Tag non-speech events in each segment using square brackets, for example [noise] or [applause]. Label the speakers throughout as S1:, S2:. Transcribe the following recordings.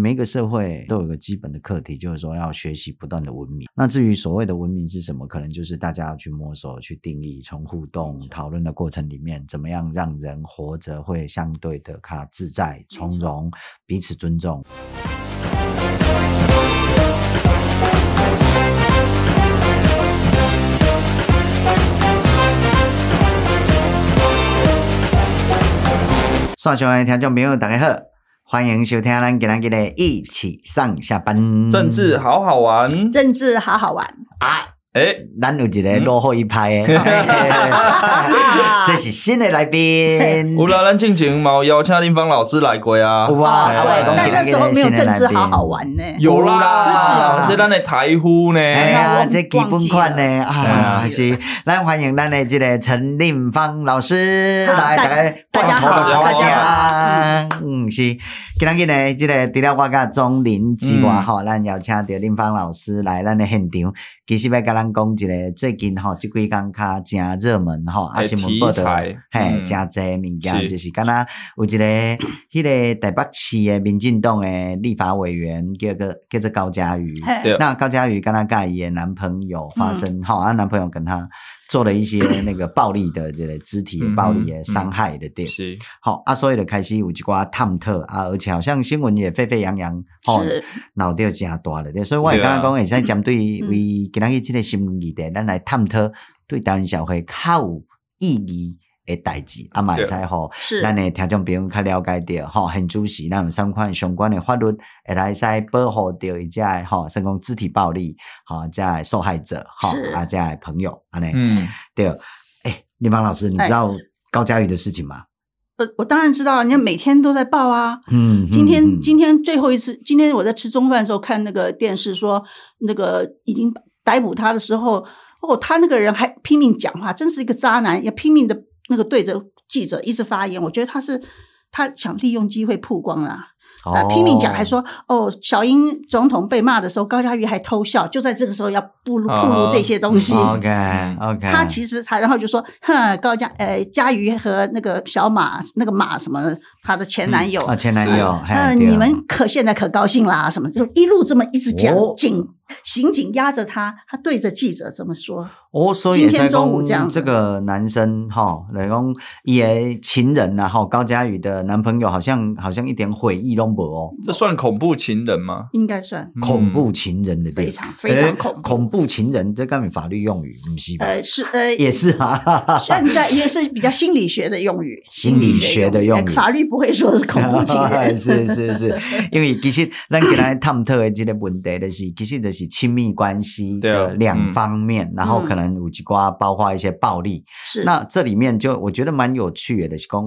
S1: 每一个社会都有个基本的课题，就是说要学习不断的文明。那至于所谓的文明是什么，可能就是大家要去摸索、去定义，从互动讨论的过程里面，怎么样让人活着会相对的卡自在、从容、彼此尊重。刷上来听众朋友大家好，欢迎收听咱今日的一起上下班。
S2: 政治好好玩，
S3: 政治好好玩，
S2: 哎、
S1: 咱有一个
S3: 嗯
S1: 落后一拍
S3: [laughs]
S1: 的，这是新的来
S3: [laughs]
S1: 宾。
S2: 有啦，咱进前嘛有邀请林芳老师来过啊，
S1: 嗯有啊
S2: 哎
S1: 啊我也讲
S3: 哦但那时候没有政治好好玩呢。
S2: 有
S1: 有
S2: 啦
S1: 啦，
S2: 这咱的台呼呢，
S1: 哎呀，
S3: 忘
S1: 这基本款呢啊，
S2: 忘
S3: 记
S1: 是，咱欢迎咱的这个陈令芳老师
S3: 好
S1: 来，大
S3: 大
S1: 家
S3: 大
S1: 抱
S3: 家
S1: 头
S2: 好
S1: 大家
S3: 大
S1: 好嗯，是，今日呢，这个除了我甲钟林之外，
S2: 嗯
S1: 吼，咱邀请到令芳老师来咱的现场，其实要甲咱讲一个最近吼，即几工较真热门吼，啊
S2: 哎
S1: 新闻报
S2: 题
S1: 道
S2: 材，
S1: 嘿，
S2: 嗯
S1: 真济物件
S2: 是
S1: 就是敢若有一个迄个台北市的民进党的立法委员叫个叫做高嘉瑜，
S3: 嘿
S2: 对
S1: 那高佳瑜跟她盖伊的男朋友发生哈，她、男朋友跟她做了一些那个暴力的这个肢体暴力的伤害的对，
S2: 是，
S1: 好、啊，所以就开始有一寡探讨啊，而且好像新闻也沸沸扬扬，吼、
S3: 是
S1: 闹掉真大了对，所以我也刚刚讲，会使针对为今仔日这个新闻议题，咱来探讨对台湾社会较有意义的代志，啊，嘛会使吼。
S3: 是
S1: 咱诶听众朋友较了解着吼，很主席，咱有三款相关诶法律会来使保护着伊遮诶吼，甚至讲肢体暴力吼，遮诶受害者吼
S3: 是，
S1: 啊遮诶朋友安尼、
S2: 嗯，
S1: 对。诶，林芳老师，你
S3: 哎
S1: 知道高佳瑜的事情吗？
S3: 呃，我当然知道，人家每天都在报啊。
S1: 嗯，
S3: 今天
S1: 嗯
S3: 今天最后一次，今天我在吃中饭的时候看那个电视说，那个已经逮捕他的时候，哦，他那个人还拼命讲话，真是一个渣男，也拼命的那个对着记者一直发言。我觉得他是他想利用机会曝光啦、啊，拼命讲，还说哦，小英总统被骂的时候，高嘉瑜还偷笑，就在这个时候要暴露暴露这些东西。
S1: 哦嗯 OK OK，
S3: 嗯他其实他，然后就说，哼，高嘉呃嘉瑜和那个小马那个马什么，他的前男友，
S1: 啊前男
S2: 是
S1: 友，嘿
S3: 呃，
S1: 对啊
S3: 你们可现在可高兴啦，什么就一路这么一直讲
S1: 哦，
S3: 紧刑警压着他，他对着记者这么说，
S1: 哦，所以
S3: 今天
S1: 在
S3: 中午
S1: 讲
S3: 这样子
S1: 个男生哈，来讲伊的情人然、啊、后高佳宇的男朋友好像好像一点悔意都无哦，
S2: 这算恐怖情人吗？
S3: 应该算
S2: 嗯
S1: 恐怖情人的
S3: 非常非常恐怖
S1: 哎恐怖情人这干咪法律用语，不是吧？
S3: 呃是呃
S1: [laughs] 也是啊，
S3: 现在也是比较心理学的用语，
S1: 心理学的用语
S3: 呃法律不会说是恐怖情
S1: [laughs]
S3: 人，
S1: 是是是，因为其实咱今天探讨的这个问题，就是其实就是亲密关系
S2: 对啊
S1: 的两
S2: 嗯
S1: 方面，然后可能有一寡包括一些暴力，
S3: 是
S1: 那这里面就我觉得蛮有趣的，就是讲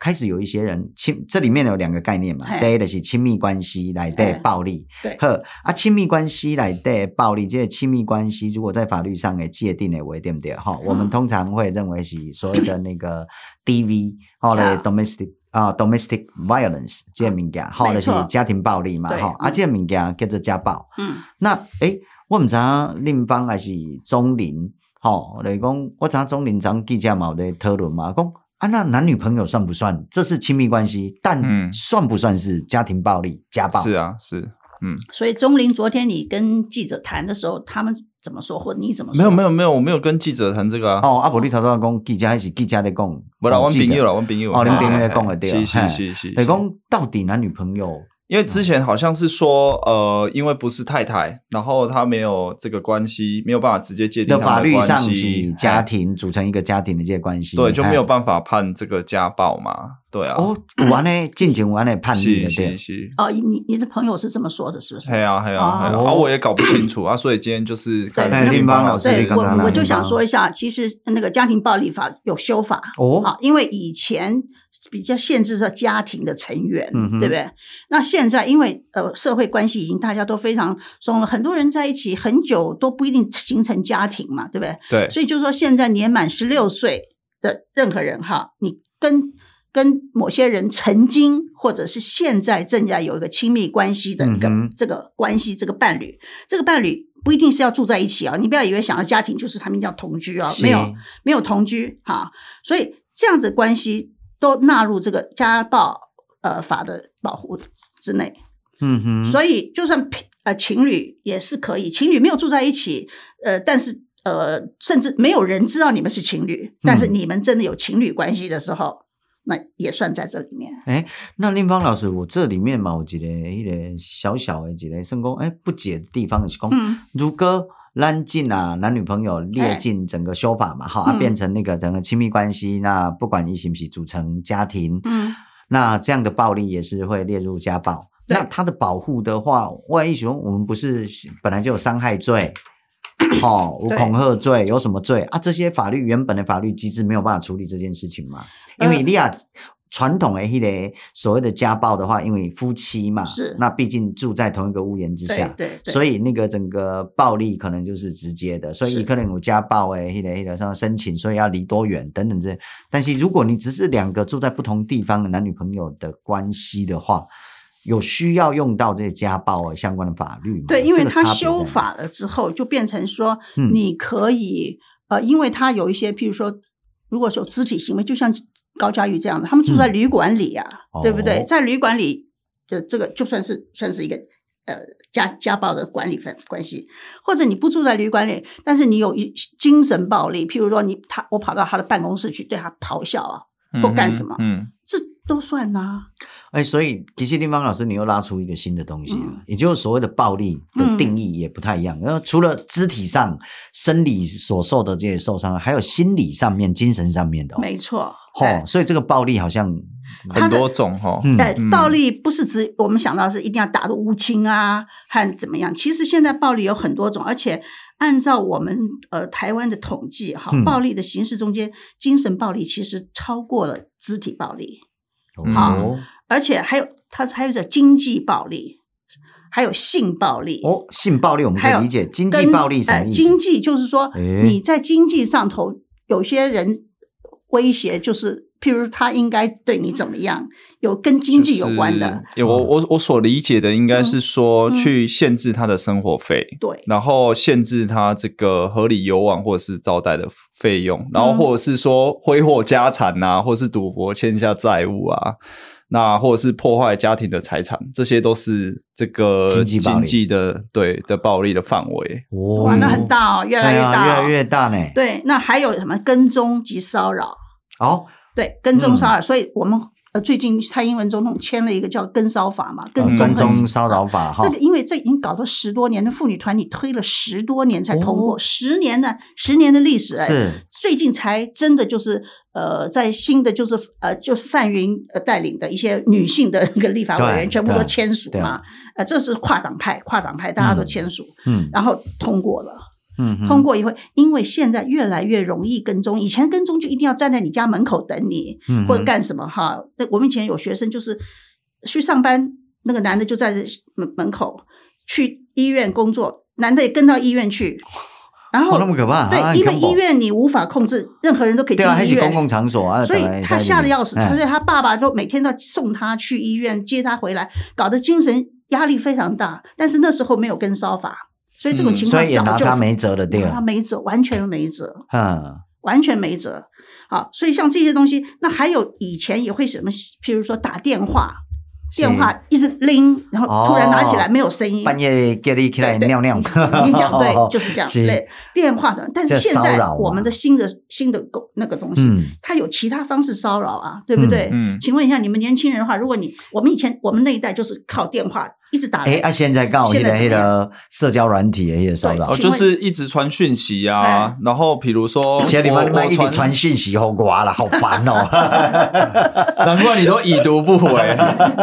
S1: 开始有一些人亲，这里面有两个概念嘛，
S3: 嘿
S1: 第一就是亲密关系来对
S3: 嘿
S1: 暴力，
S3: 对
S1: 呵啊，亲密关系来对暴力，这个亲密关系如果在法律上给界定的为对不对？哈，我
S3: 嗯
S1: 们通常会认为是所谓的那个 DV
S3: [coughs]
S1: 哦嘞
S3: 啊
S1: domestic 啊 domestic violence 这个物件，哈，就
S3: 没
S1: 是
S3: 错
S1: 家庭暴力嘛，
S3: 对
S1: 哈，啊，
S3: 嗯
S1: 这个物件叫做家暴。
S3: 嗯
S1: 那诶，我毋知影恁方还是钟林，吼、就是讲我知影钟林长记者嘛有咧讨论嘛，讲啊那男女朋友算不算？这是亲密关系，但
S2: 嗯
S1: 算不算是家庭暴力、家暴？
S2: 是啊，是，嗯，
S3: 所以钟林昨天你跟记者谈的时候，他们怎么说，或者你怎么说？
S2: 没有没有没有，我没有跟记者谈这个啊，
S1: 哦，啊无你头拄仔讲记者还是记者咧讲，
S2: 不啦，
S1: 哦
S2: 我
S1: 记者
S2: 朋友啦，我朋友，
S1: 哦，恁朋友
S2: 嘿
S1: 咧
S2: 嘿
S1: 讲的对了，哎
S2: 是是
S1: 嘿
S2: 是是，
S1: 就是
S2: 是
S1: 讲到底男女朋友，
S2: 因为之前好像是说，呃，因为不是太太，然后他没有这个关系，没有办法直接界定
S1: 那
S2: 他
S1: 法
S2: 们的
S1: 律
S2: 关
S1: 上
S2: 系
S1: 是，家
S2: 哎
S1: 庭哎组成一个家庭的这个关系，
S2: 对，就没有
S1: 嘿
S2: 办法判这个家暴嘛，对啊，
S1: 哦，有安尼进前有安尼判例
S2: 是
S1: 的对啊
S2: 是。是，
S3: 哦，你你的朋友是这么说的，是不是？
S2: 嘿啊嘿啊嘿啊，
S1: 哦
S2: 啊我也搞不清楚啊，所以今天就是看
S3: 对
S2: 林
S1: 那啊
S2: 老师
S1: 是
S3: 对
S1: 你刚刚
S3: 我，
S1: 来
S3: 我
S1: 的
S3: 就想
S1: 吗
S3: 说一下，其实那个家庭暴力法有修法
S1: 哦
S3: 啊，因为以前比较限制着家庭的成员，
S1: 嗯哼
S3: 对不对？那现在因为呃社会关系已经大家都非常松了，很多人在一起很久都不一定形成家庭嘛，对不对？
S2: 对，
S3: 所以就说现在年满十六岁的任何人哈，你跟跟某些人曾经或者是现在正在有一个亲密关系的一个、
S1: 嗯哼
S3: 这个关系，这个伴侣，这个伴侣不一定是要住在一起啊，你不要以为想要家庭就是他们一定要同居啊，
S1: 是
S3: 没有没有同居哈，所以这样子关系都纳入这个家暴呃法的保护之内。
S1: 嗯哼，
S3: 所以就算平呃情侣也是可以，情侣没有住在一起，呃，但是呃，甚至没有人知道你们是情侣，但是你们真的有情侣关系的时候，那也算在这里面。
S1: 那令芳老师，我这里面嘛有一个迄个小小的一个，算讲哎不解的地方是讲，
S3: 嗯，
S1: 如果咱进啊男女朋友列
S3: 哎
S1: 进整个修法嘛，哈、啊
S3: 嗯
S1: 变成那个整个亲密关系，那不管你是不是组成家庭，
S3: 嗯，
S1: 那这样的暴力也是会列入家暴。
S3: 对
S1: 那它的保护的话，万一说我们不是本来就有伤害罪，哦，有
S3: 对
S1: 恐吓罪，有什么罪啊？这些法律原本的法律机制没有办法处理这件事情嘛？因为
S3: 呃
S1: 利亚传统的迄个所谓的家暴的话，因为夫妻嘛，
S3: 是
S1: 那毕竟住在同一个屋檐之
S3: 对
S1: 下，
S3: 对对，
S1: 所
S3: 以
S1: 以那个整个暴力可能就是直接的，所以
S3: 是
S1: 可能有家暴诶，迄个迄个上申请，所以要离多远等等这些。但是如果你只是两个住在不同地方的男女朋友的关系的话，有需要用到这些家暴的相关的法律吗？
S3: 对，因
S1: 嗯这
S3: 为
S1: 个差
S3: 他
S1: 别在哪
S3: 修，法了之后，就变成说
S1: 嗯
S3: 你可以、呃，因为他有一些，譬如说，如果说肢体行为，就像高佳瑜这样的，他们住在
S1: 嗯
S3: 旅馆里啊，
S1: 哦
S3: 对不对？在旅馆里的这个就算是算是一个。呃，家家暴的管理分关系，或者你不住在旅馆里，但是你有一精神暴力，譬如说你他我跑到他的办公室去对他咆哮啊，或干什么
S2: 嗯
S3: 这都算呐、
S1: 哎，所以其实林芳老师，你又拉出一个新的东西了，
S3: 嗯
S1: 也就是所谓的暴力的定义也不太一样。然后、除了肢体上、生理所受的这些受伤，还有心理上面、精神上面的哦。
S3: 没错。
S1: 哦，所以这个暴力好像
S2: 嗯很多种哈，
S1: 嗯
S3: 哎，
S2: 嗯
S3: 暴力不是指我们想到是一定要打得无情啊，和怎么样？其实现在暴力有很多种，而且按照我们呃台湾的统计哈
S1: 嗯，
S3: 暴力的形式中间，精神暴力其实超过了肢体暴力，
S1: 哦
S2: 哦
S3: 而且还有它还有叫经济暴力，还有性暴力。
S1: 哦，性暴力我们可
S3: 还有
S1: 以理解，经济
S3: 跟
S1: 暴力什么
S3: 呃
S1: 意思？
S3: 经济就是说
S1: 诶
S3: 你在经济上头，有些人威胁就是，譬如他应该对你怎么样，有跟经济有关的，。
S2: 就是我我我所理解的应该是说，
S3: 嗯嗯
S2: 去限制他的生活费，
S3: 对。
S2: 然后限制他这个合理游玩或者是招待的费用，然后
S1: 嗯
S2: 或者是说挥霍家产呐、或是赌博欠下债务啊，那或者是破坏家庭的财产，这些都是这个
S1: 经济暴力
S2: 经济的对的暴力的范围。
S1: 哦
S3: 哇，那很，大哦，越来越大、
S1: 对
S3: 哦
S1: 啊越来越大呢。
S3: 对，那还有什么跟踪及骚扰？
S1: 哦，
S3: 对，跟踪
S1: 嗯
S3: 骚扰，所以我们呃最近蔡英文总统签了一个叫“跟骚法”嘛，跟
S1: 呃
S3: 踪
S1: 跟
S3: 和
S1: 踪骚扰。法哈
S3: 这，个因为这已经搞了十多年，那妇女团体推了十多年才通过，
S1: 哦
S3: 十年呢，十年的历史哎，
S1: 是
S3: 最近才真的就是呃，在新的就是呃，就是范云呃带领的一些女性的那个立法委员
S1: 对
S3: 全部都
S1: 对
S3: 签署
S1: 对
S3: 嘛，呃，这是跨党派，跨党派大家都
S1: 嗯
S3: 签署，
S1: 嗯
S3: 然后通过了。
S1: 嗯哼，
S3: 通过一会，因为现在越来越容易跟踪，以前跟踪就一定要站在你家门口等你，
S1: 嗯
S3: 或者
S1: 哼
S3: 干什么哈。那我们以前有学生就是去上班，那个男的就在门门口；去医院工作，男的也跟到医院去。然
S1: 哦
S3: 后、
S1: 那么可怕，啊
S3: 对，因为医。
S1: 很恐怖
S3: 院你无法控制，任何人都可以
S1: 对
S3: 进
S1: 啊，还
S3: 医
S1: 是
S3: 院，
S1: 公共场所啊，
S3: 所以
S1: 当然
S3: 他
S1: 在
S3: 吓
S1: 里
S3: 得
S1: 面
S3: 要死，
S1: 哎
S3: 他所以他爸爸都每天都送他去医院，接他回来，搞得精神压力非常大。但是那时候没有跟骚法，所以这种
S2: 嗯
S3: 情
S1: 所
S3: 况
S1: 以也
S3: 早
S1: 拿
S3: 就
S1: 他没辙了，对
S3: 拿
S1: 啊
S3: 他，没辙，完全没辙，
S1: 嗯，
S3: 完全没辙。好，所以像这些东西，那还有以前也会什么，譬如说打电话，
S1: 是
S3: 电话一直拎，然后突然拿起来
S1: 哦
S3: 没有声音，
S1: 半夜叫你起来
S3: 对对
S1: 尿尿，
S3: 你讲
S1: [laughs]
S3: 对，就是是这样，
S1: 是
S3: 对，电话什么？但是
S1: 这
S3: 现
S1: 骚
S3: 在
S1: 扰
S3: 我们
S1: 嘛
S3: 的新的新的狗那个东西，
S1: 嗯，
S3: 他有其他方式骚扰啊，对不对？
S2: 嗯嗯
S3: 请问一下，你们年轻人的话，如果你我们以前我们那一代就是靠电话一直打来，
S1: 哎，啊，现在刚好那
S3: 现
S1: 个
S3: 在
S1: 那
S3: 怎么
S1: 个社交软体也骚扰
S2: 哦，
S3: 请问
S2: 就是一直传讯息啊
S3: 哎，
S2: 然后比如说，
S1: 现在你
S2: 我
S1: 们你们
S2: 我
S1: 一直传讯息后瓜了，好烦哦。
S2: 难怪你都已读不回，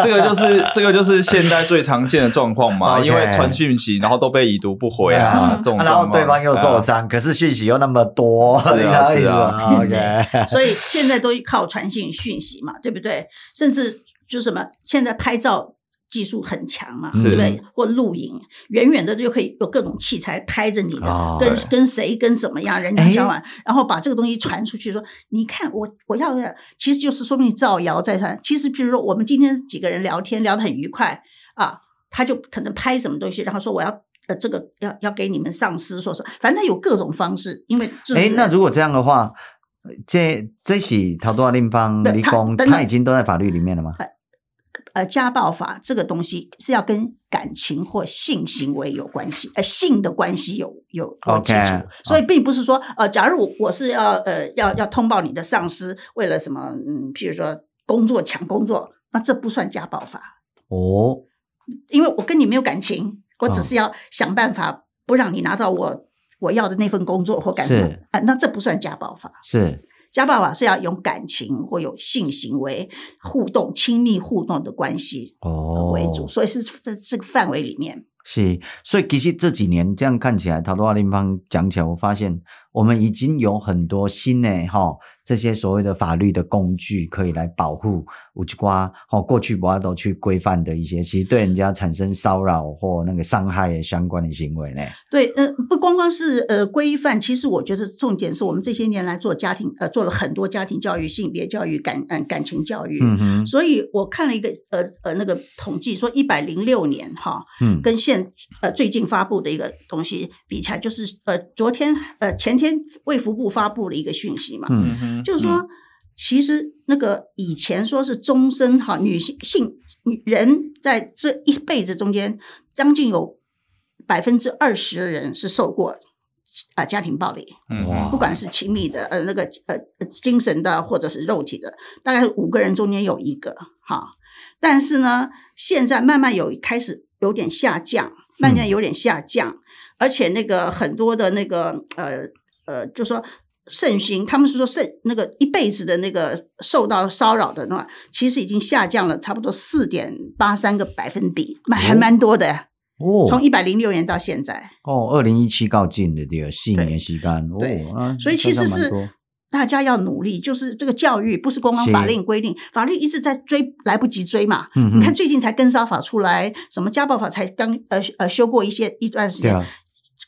S2: 这个就是这个就是现在最常见的状况嘛，
S1: OK
S2: 因为传讯息然后都被已读不回啊，
S3: 嗯
S2: 这种状况、啊
S1: 然后对方又受伤，可是讯息又那么多，
S2: 是啊
S1: [laughs] 你知道意思
S2: 是啊
S3: 嗯
S1: 吗
S2: [laughs]
S1: ？OK， [laughs]
S3: 所以现在都靠传信讯息嘛， [laughs] 对不对？甚至就是什么，现在拍照技术很强嘛，
S2: 是
S3: 对不对？或录影，远远的就可以有各种器材拍着你的，
S1: 哦哎
S3: 跟
S2: 对
S3: 跟谁跟什么样人家交往，然后把这个东西传出去说，你看我我要的，其实就是说明造谣在传。其实比如说我们今天几个人聊天聊得很愉快啊，他就可能拍什么东西，然后说我要。呃，这个要要给你们上司说说，反正他有各种方式，因为就是
S1: 哎，那如果这样的话，这这是陶多令方
S3: 对
S1: 离
S3: 他
S1: 工，
S3: 等等
S1: 他已经都在法律里面了吗？
S3: 呃家暴法这个东西是要跟感情或性行为有关系，呃性的关系有有有基础
S1: OK，哦
S3: 所以并不是说呃，假如我我是要呃要要通报你的上司，为了什么嗯，譬如说工作抢工作，那这不算家暴法，
S1: 哦，
S3: 因为我跟你没有感情，我只
S1: 嗯
S3: 是要想办法不让你拿到我。我要的那份工作或干什么
S1: 是
S3: 啊？那这不算家暴法。
S1: 是
S3: 家暴法是要有感情或有性行为互动、亲密互动的关系
S1: 哦
S3: 为主，所以是在这个范围里面。
S1: 是，所以其实这几年这样看起来，桃多阿令方讲起来，我发现我们已经有很多新的哈、这些所谓的法律的工具，可以来保护有一寡哈、过去不要都去规范的一些，其实对人家产生骚扰或那个伤害的相关的行为呢。
S3: 对，呃，不光光是呃规范，其实我觉得重点是我们这些年来做家庭呃做了很多家庭教育、性别教育、感嗯感情教育。
S1: 嗯哼，
S3: 所以我看了一个呃呃那个统计，说一百零六年哈，
S1: 嗯，
S3: 跟现呃最近发布的一个东西比起来，就是呃昨天呃前天卫福部发布了一个讯息嘛，
S1: 嗯
S2: 哼
S3: 就是说，其实那个以前说是终身哈，女性性女人在这一辈子中间，将近有百分之二十的人是受过啊、家庭暴力，
S2: 嗯
S1: 哇
S3: 不管是亲密的呃那个呃呃精神的或者是肉体的，大概五个人中间有一个哈。但是呢，现在慢慢有开始有点下降，慢慢有点下降，而且那个很多的那个呃呃，就说慎刑，他们是说慎那个一辈子的那个受到骚扰的话，其实已经下降了差不多四点八三个百分比，蛮还蛮多的，
S1: 哦，
S3: 从一百零六年到现在。
S1: 哦，二零一七告进的第二四
S3: 对
S1: 年时间，哦
S3: 对，
S1: 啊
S3: 所以其实
S1: 算上蛮
S3: 是
S1: 多
S3: 大家要努力，就是这个教育不是光光
S1: 是
S3: 法令规定，法律一直在追，来不及追嘛。
S1: 嗯
S3: 你看
S1: 哼，
S3: 最近才跟骚法出来，什么家暴法才刚呃呃修过一些一段时
S1: 对
S3: 间，
S1: 啊，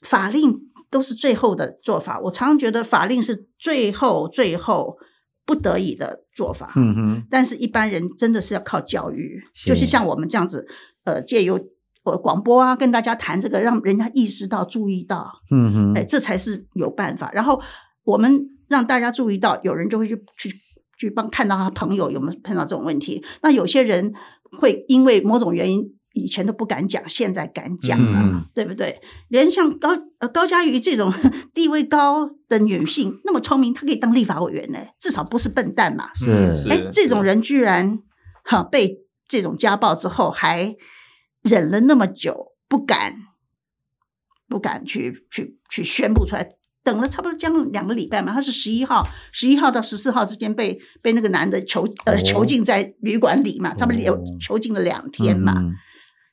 S3: 法令都是最后的做法。我常常觉得法令是最后最后不得已的做法，
S1: 嗯哼，
S3: 但是一般人真的是要靠教育，
S1: 是
S3: 就是像我们这样子，呃，借由呃广播啊跟大家谈这个，让人家意识到、注意到。
S1: 嗯
S3: 哎，
S1: 哼，
S3: 这才是有办法。然后我们让大家注意到，有人就会去去去帮看到他朋友有没有碰到这种问题。那有些人会因为某种原因，以前都不敢讲，现在敢讲了，
S1: 嗯嗯
S3: 对不对？连像高呃高佳瑜这种 [laughs] 地位高的女性，那么聪明，她可以当立法委员呢，至少不是笨蛋嘛。
S1: 是
S2: 是
S3: 哎，这种人居然哈、被这种家暴之后，还忍了那么久，不敢不敢去去去宣布出来，等了差不多将近两个礼拜嘛。他是十一号，十一号到十四号之间被被那个男的囚呃
S1: 哦
S3: 囚禁在旅馆里嘛，他们留
S1: 哦
S3: 囚禁了两天嘛。
S1: 嗯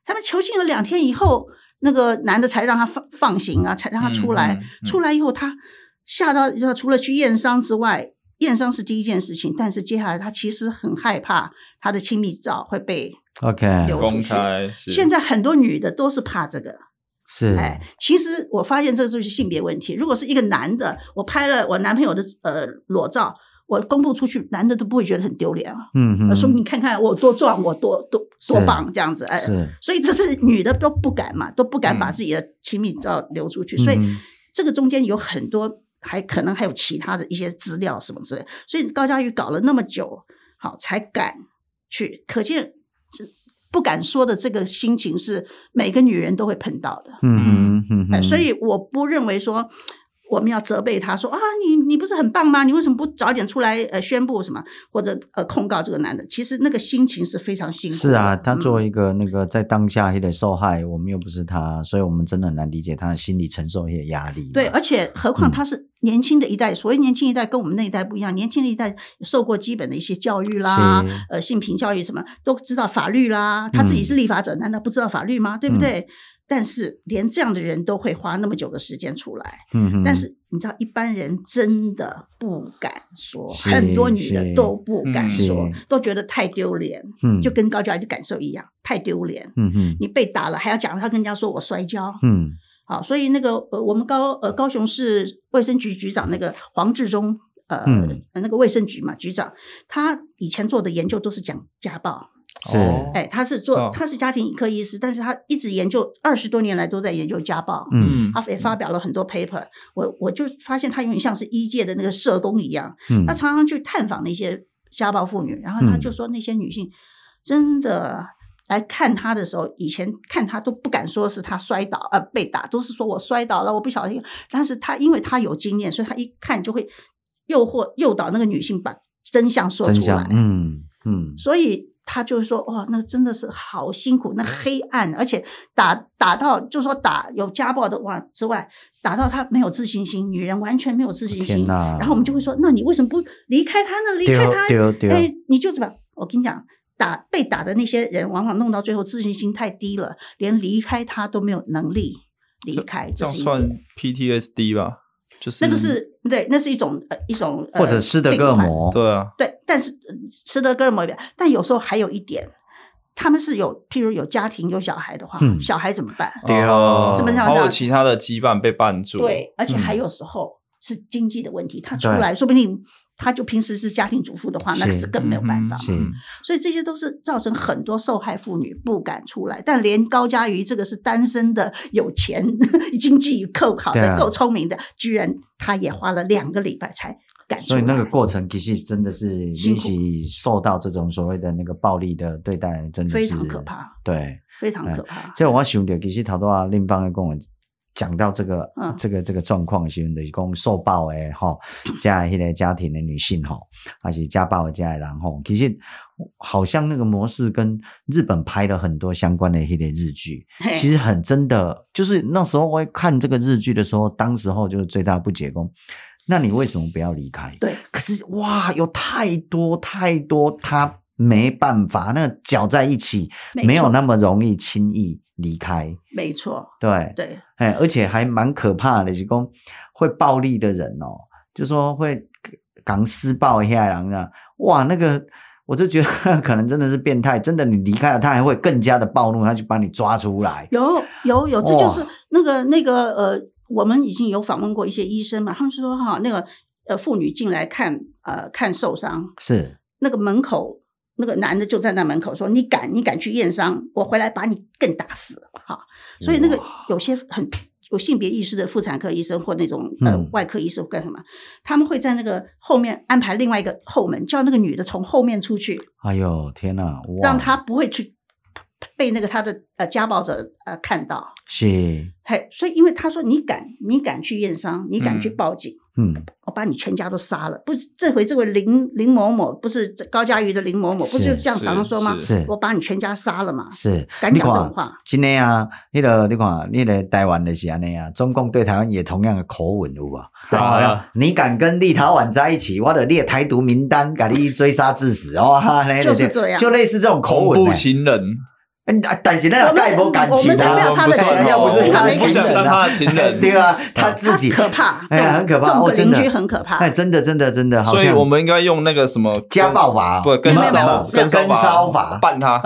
S3: 他们囚禁了两天以后，那个男的才让他放放行啊，才让他出来。
S2: 嗯嗯嗯
S3: 出来以后，他吓到，就除了去验伤之外，验伤是第一件事情，但是接下来他其实很害怕他的亲密照会被。
S1: ，OK，
S3: 有
S2: 公开是
S3: 现在很多女的都是怕这个，
S1: 是，
S3: 哎，其实我发现这就是性别问题。如果是一个男的，我拍了我男朋友的呃裸照，我公布出去，男的都不会觉得很丢脸啊。
S1: 嗯哼，
S3: 说你看看我多壮，我多多多
S1: 是
S3: 棒这样子，哎，
S1: 是，
S3: 所以这
S1: 嗯
S3: 是女的都不敢嘛，都不敢把
S2: 嗯
S3: 自己的亲密照流出去，所以
S1: 嗯
S3: 这个中间有很多还可能还有其他的一些资料什么之类，所以高佳瑜搞了那么久，好才敢去，可见这不敢说的这个心情是每个女人都会碰到的，
S1: 嗯哼嗯
S3: 哎
S1: 哼，
S3: 所以我不认为说。我们要责备他说啊，你你不是很棒吗？你为什么不早点出来呃宣布什么或者呃控告这个男的？其实那个心情是非常辛苦的。
S1: 是啊，他
S3: 嗯
S1: 作为一个那个在当下的受害，我们又不是他，所以我们真的很难理解他的心理承受一些压力嘛。
S3: 对，而且何
S1: 嗯
S3: 况他是年轻的一代，所谓年轻一代跟我们那一代不一样，年轻的一代受过基本的一些教育啦
S1: 是，
S3: 呃，性平教育什么都知道法律啦，他自己
S1: 嗯
S3: 是立法者，难道不知道法律吗？对不对？但是连这样的人都会花那么久的时间出来，
S1: 嗯哼，
S3: 但是你知道，一般人真的不敢说，
S1: 是
S3: 很多女
S1: 是
S3: 的都不敢
S2: 嗯
S3: 说
S1: 是，
S3: 都觉得太丢脸，
S1: 嗯
S3: 就跟高教育的感受一样，太丢脸。
S1: 嗯哼
S3: 你被打了，还要讲他跟人家说我摔跤，
S1: 嗯
S3: 好，所以那个呃，我们高呃高雄市卫生局局长那个黄志忠，呃，
S1: 嗯
S3: 那个卫生局嘛局长，他以前做的研究都是讲家暴，
S1: 是
S2: 哦
S3: 哎，他是做、
S2: 哦
S3: 他是家庭科医师，但是他一直研究二十多年来都在研究家暴。
S1: 嗯
S3: 他也发表了很多 paper，我我就发现他有点像是医界的那个社工一样，
S1: 嗯
S3: 他常常去探访那些家暴妇女，然后他
S1: 嗯
S3: 就说那些女性真的来看他的时候，以前看他都不敢说是他摔倒呃被打，都是说我摔倒了，我不小心。但是他因为他有经验，所以他一看就会诱惑诱导那个女性把真相说
S1: 真
S3: 出
S1: 相
S3: 来，，
S1: 嗯嗯，
S3: 所以。他就说：“哇，那真的是好辛苦，那黑暗，而且打打到，就说打有家暴的哇之外，打到他没有自信心，女人完全没有自信
S1: 天
S3: 心。
S1: 哪！
S3: 然后我们就会说：那你为什么不离开他呢？离开
S1: 丢
S3: 他，
S1: 丢丢，
S3: 哎，你就怎么？我跟你讲，打被打的那些人，往往弄到最后自信心太低了，连离开他都没有能力离开，
S2: 这
S3: 这
S2: 样
S3: 是一
S2: 算
S3: 点。
S2: PTSD 吧？就是
S3: 那个是对，那是一种呃一种呃
S1: 或者斯德哥尔。摩，
S2: 对啊，
S3: 对，但是呃斯德哥尔摩的，但有时候还有一点，他们是有，譬如有家庭有小孩的话，
S1: 嗯
S3: 小孩怎么办？
S1: 对啊
S2: 哦
S1: 这么
S3: 让
S2: 还有
S3: 大
S2: 其他的羁绊被绊住，
S3: 对，而且
S2: 嗯
S3: 还有时候是经济的问题，他出
S1: 对
S3: 来说不定他就平时是家庭主妇的话，那
S1: 是
S3: 是更没有办法。
S2: 嗯
S1: 是
S2: 嗯
S3: 所以这些都是造成很多受害妇女不敢出来。但连高佳瑜这个是单身的、有钱、 [laughs] 经济够好
S1: 对
S3: 的、
S1: 啊
S3: 够聪明的，居然她也花了两个礼拜才敢出
S1: 所
S3: 来。
S1: 以那个过程其实真的是你
S3: 辛
S1: 一
S3: 苦
S1: 起受到这种所谓的那个暴力的对待，真的是嗯
S3: 非常可。怕，
S1: 对，
S3: 非常可怕。
S1: 所以我想到其实头拄啊，另方跟我讲到这个、
S3: 嗯
S1: 这个这个状况的时候，就是讲受暴的吼，加迄个家庭的女性吼，还是家暴的家的人吼，其实好像那个模式跟日本拍了很多相关的迄个日剧，
S3: 嘿
S1: 其实很真的，就是那时候我看这个日剧的时候，当时候就是最大的不解公，那你为什么不要离开？
S3: 对，
S1: 可是哇，有太多太多他没办法，那个搅在一起，
S3: 没
S1: 没
S3: 错
S1: 有那么容易轻易离开。
S3: 没错，
S1: 对，
S3: 对，
S1: 哎，而且还蛮可怕的，是讲会暴力的人哦，就说会港施暴一下人啊，哇，那个我就觉得可能真的是变态，真的你离开了，他还会更加的暴怒，他去把你抓出来。
S3: 有有有，这
S1: 哇
S3: 就是那个那个呃，我们已经有访问过一些医生嘛，他们说哈，那个呃妇女进来看呃看受伤，
S1: 是，
S3: 那个门口那个男的就在那门口说：“你敢，你敢去验伤，我回来把你更打死！”哈，所以那个
S1: 哇
S3: 有些很有性别意识的妇产科医生或那种呃
S1: 嗯
S3: 外科医生或干什么，他们会在那个后面安排另外一个后门，叫那个女的从后面出去，
S1: 哎呦天哪，哇
S3: 让她不会去被那个她的呃家暴者呃看到。
S1: 是，
S3: 嘿，所以因为他说你敢，你敢去验伤，你敢去
S2: 嗯
S3: 报警，
S1: 嗯，
S3: 我把你全家都杀了。不是这回这位林林某某，不是这高佳瑜的林某某，不
S1: 是
S3: 是这样
S2: 是
S3: 常常说吗？
S1: 是
S3: 我把你全家杀了嘛？
S1: 是，
S3: 敢
S1: 你
S3: 讲这
S1: 看
S3: 种话
S1: 真的啊，迄、个你看，迄、个台湾就是安尼啊，中共对台湾也同样的口吻有啊。
S2: 对啊
S1: 好像你敢跟立陶宛在一起，我的列台独名单，把你追杀致死哦，哈嘞
S3: 就是这样
S1: 就类似这种口
S2: 恐
S1: 吻、
S2: 怖
S1: 欸。
S2: 情人，
S1: 嗯啊但是那个盖无感
S3: 我
S1: 情
S3: 们才不
S1: 啊，
S3: 要他
S2: 我们
S3: 的
S2: 不
S3: 情
S2: 想
S3: 人
S1: 要不是
S3: 我们
S1: 他的
S3: 不
S1: 情
S3: 想
S1: 人
S2: 当
S1: 啊
S2: 他的嗯情
S1: [laughs]
S2: 人
S1: 对啊，他
S3: 他
S1: 自己
S3: 可怕，
S1: [laughs] 哎
S3: 这种
S1: 很可怕
S3: 这种
S1: 哦
S3: 的
S1: 真的
S3: 邻居很可怕
S1: 哎，。真的真的真的，好
S2: 所以
S1: 像
S2: 我们应该用那个什么
S1: 家暴法啊
S2: 不跟
S3: 没有没
S2: 骚
S3: 有
S2: 跟
S1: 跟哎
S2: 骚
S1: 骚法
S2: 办他，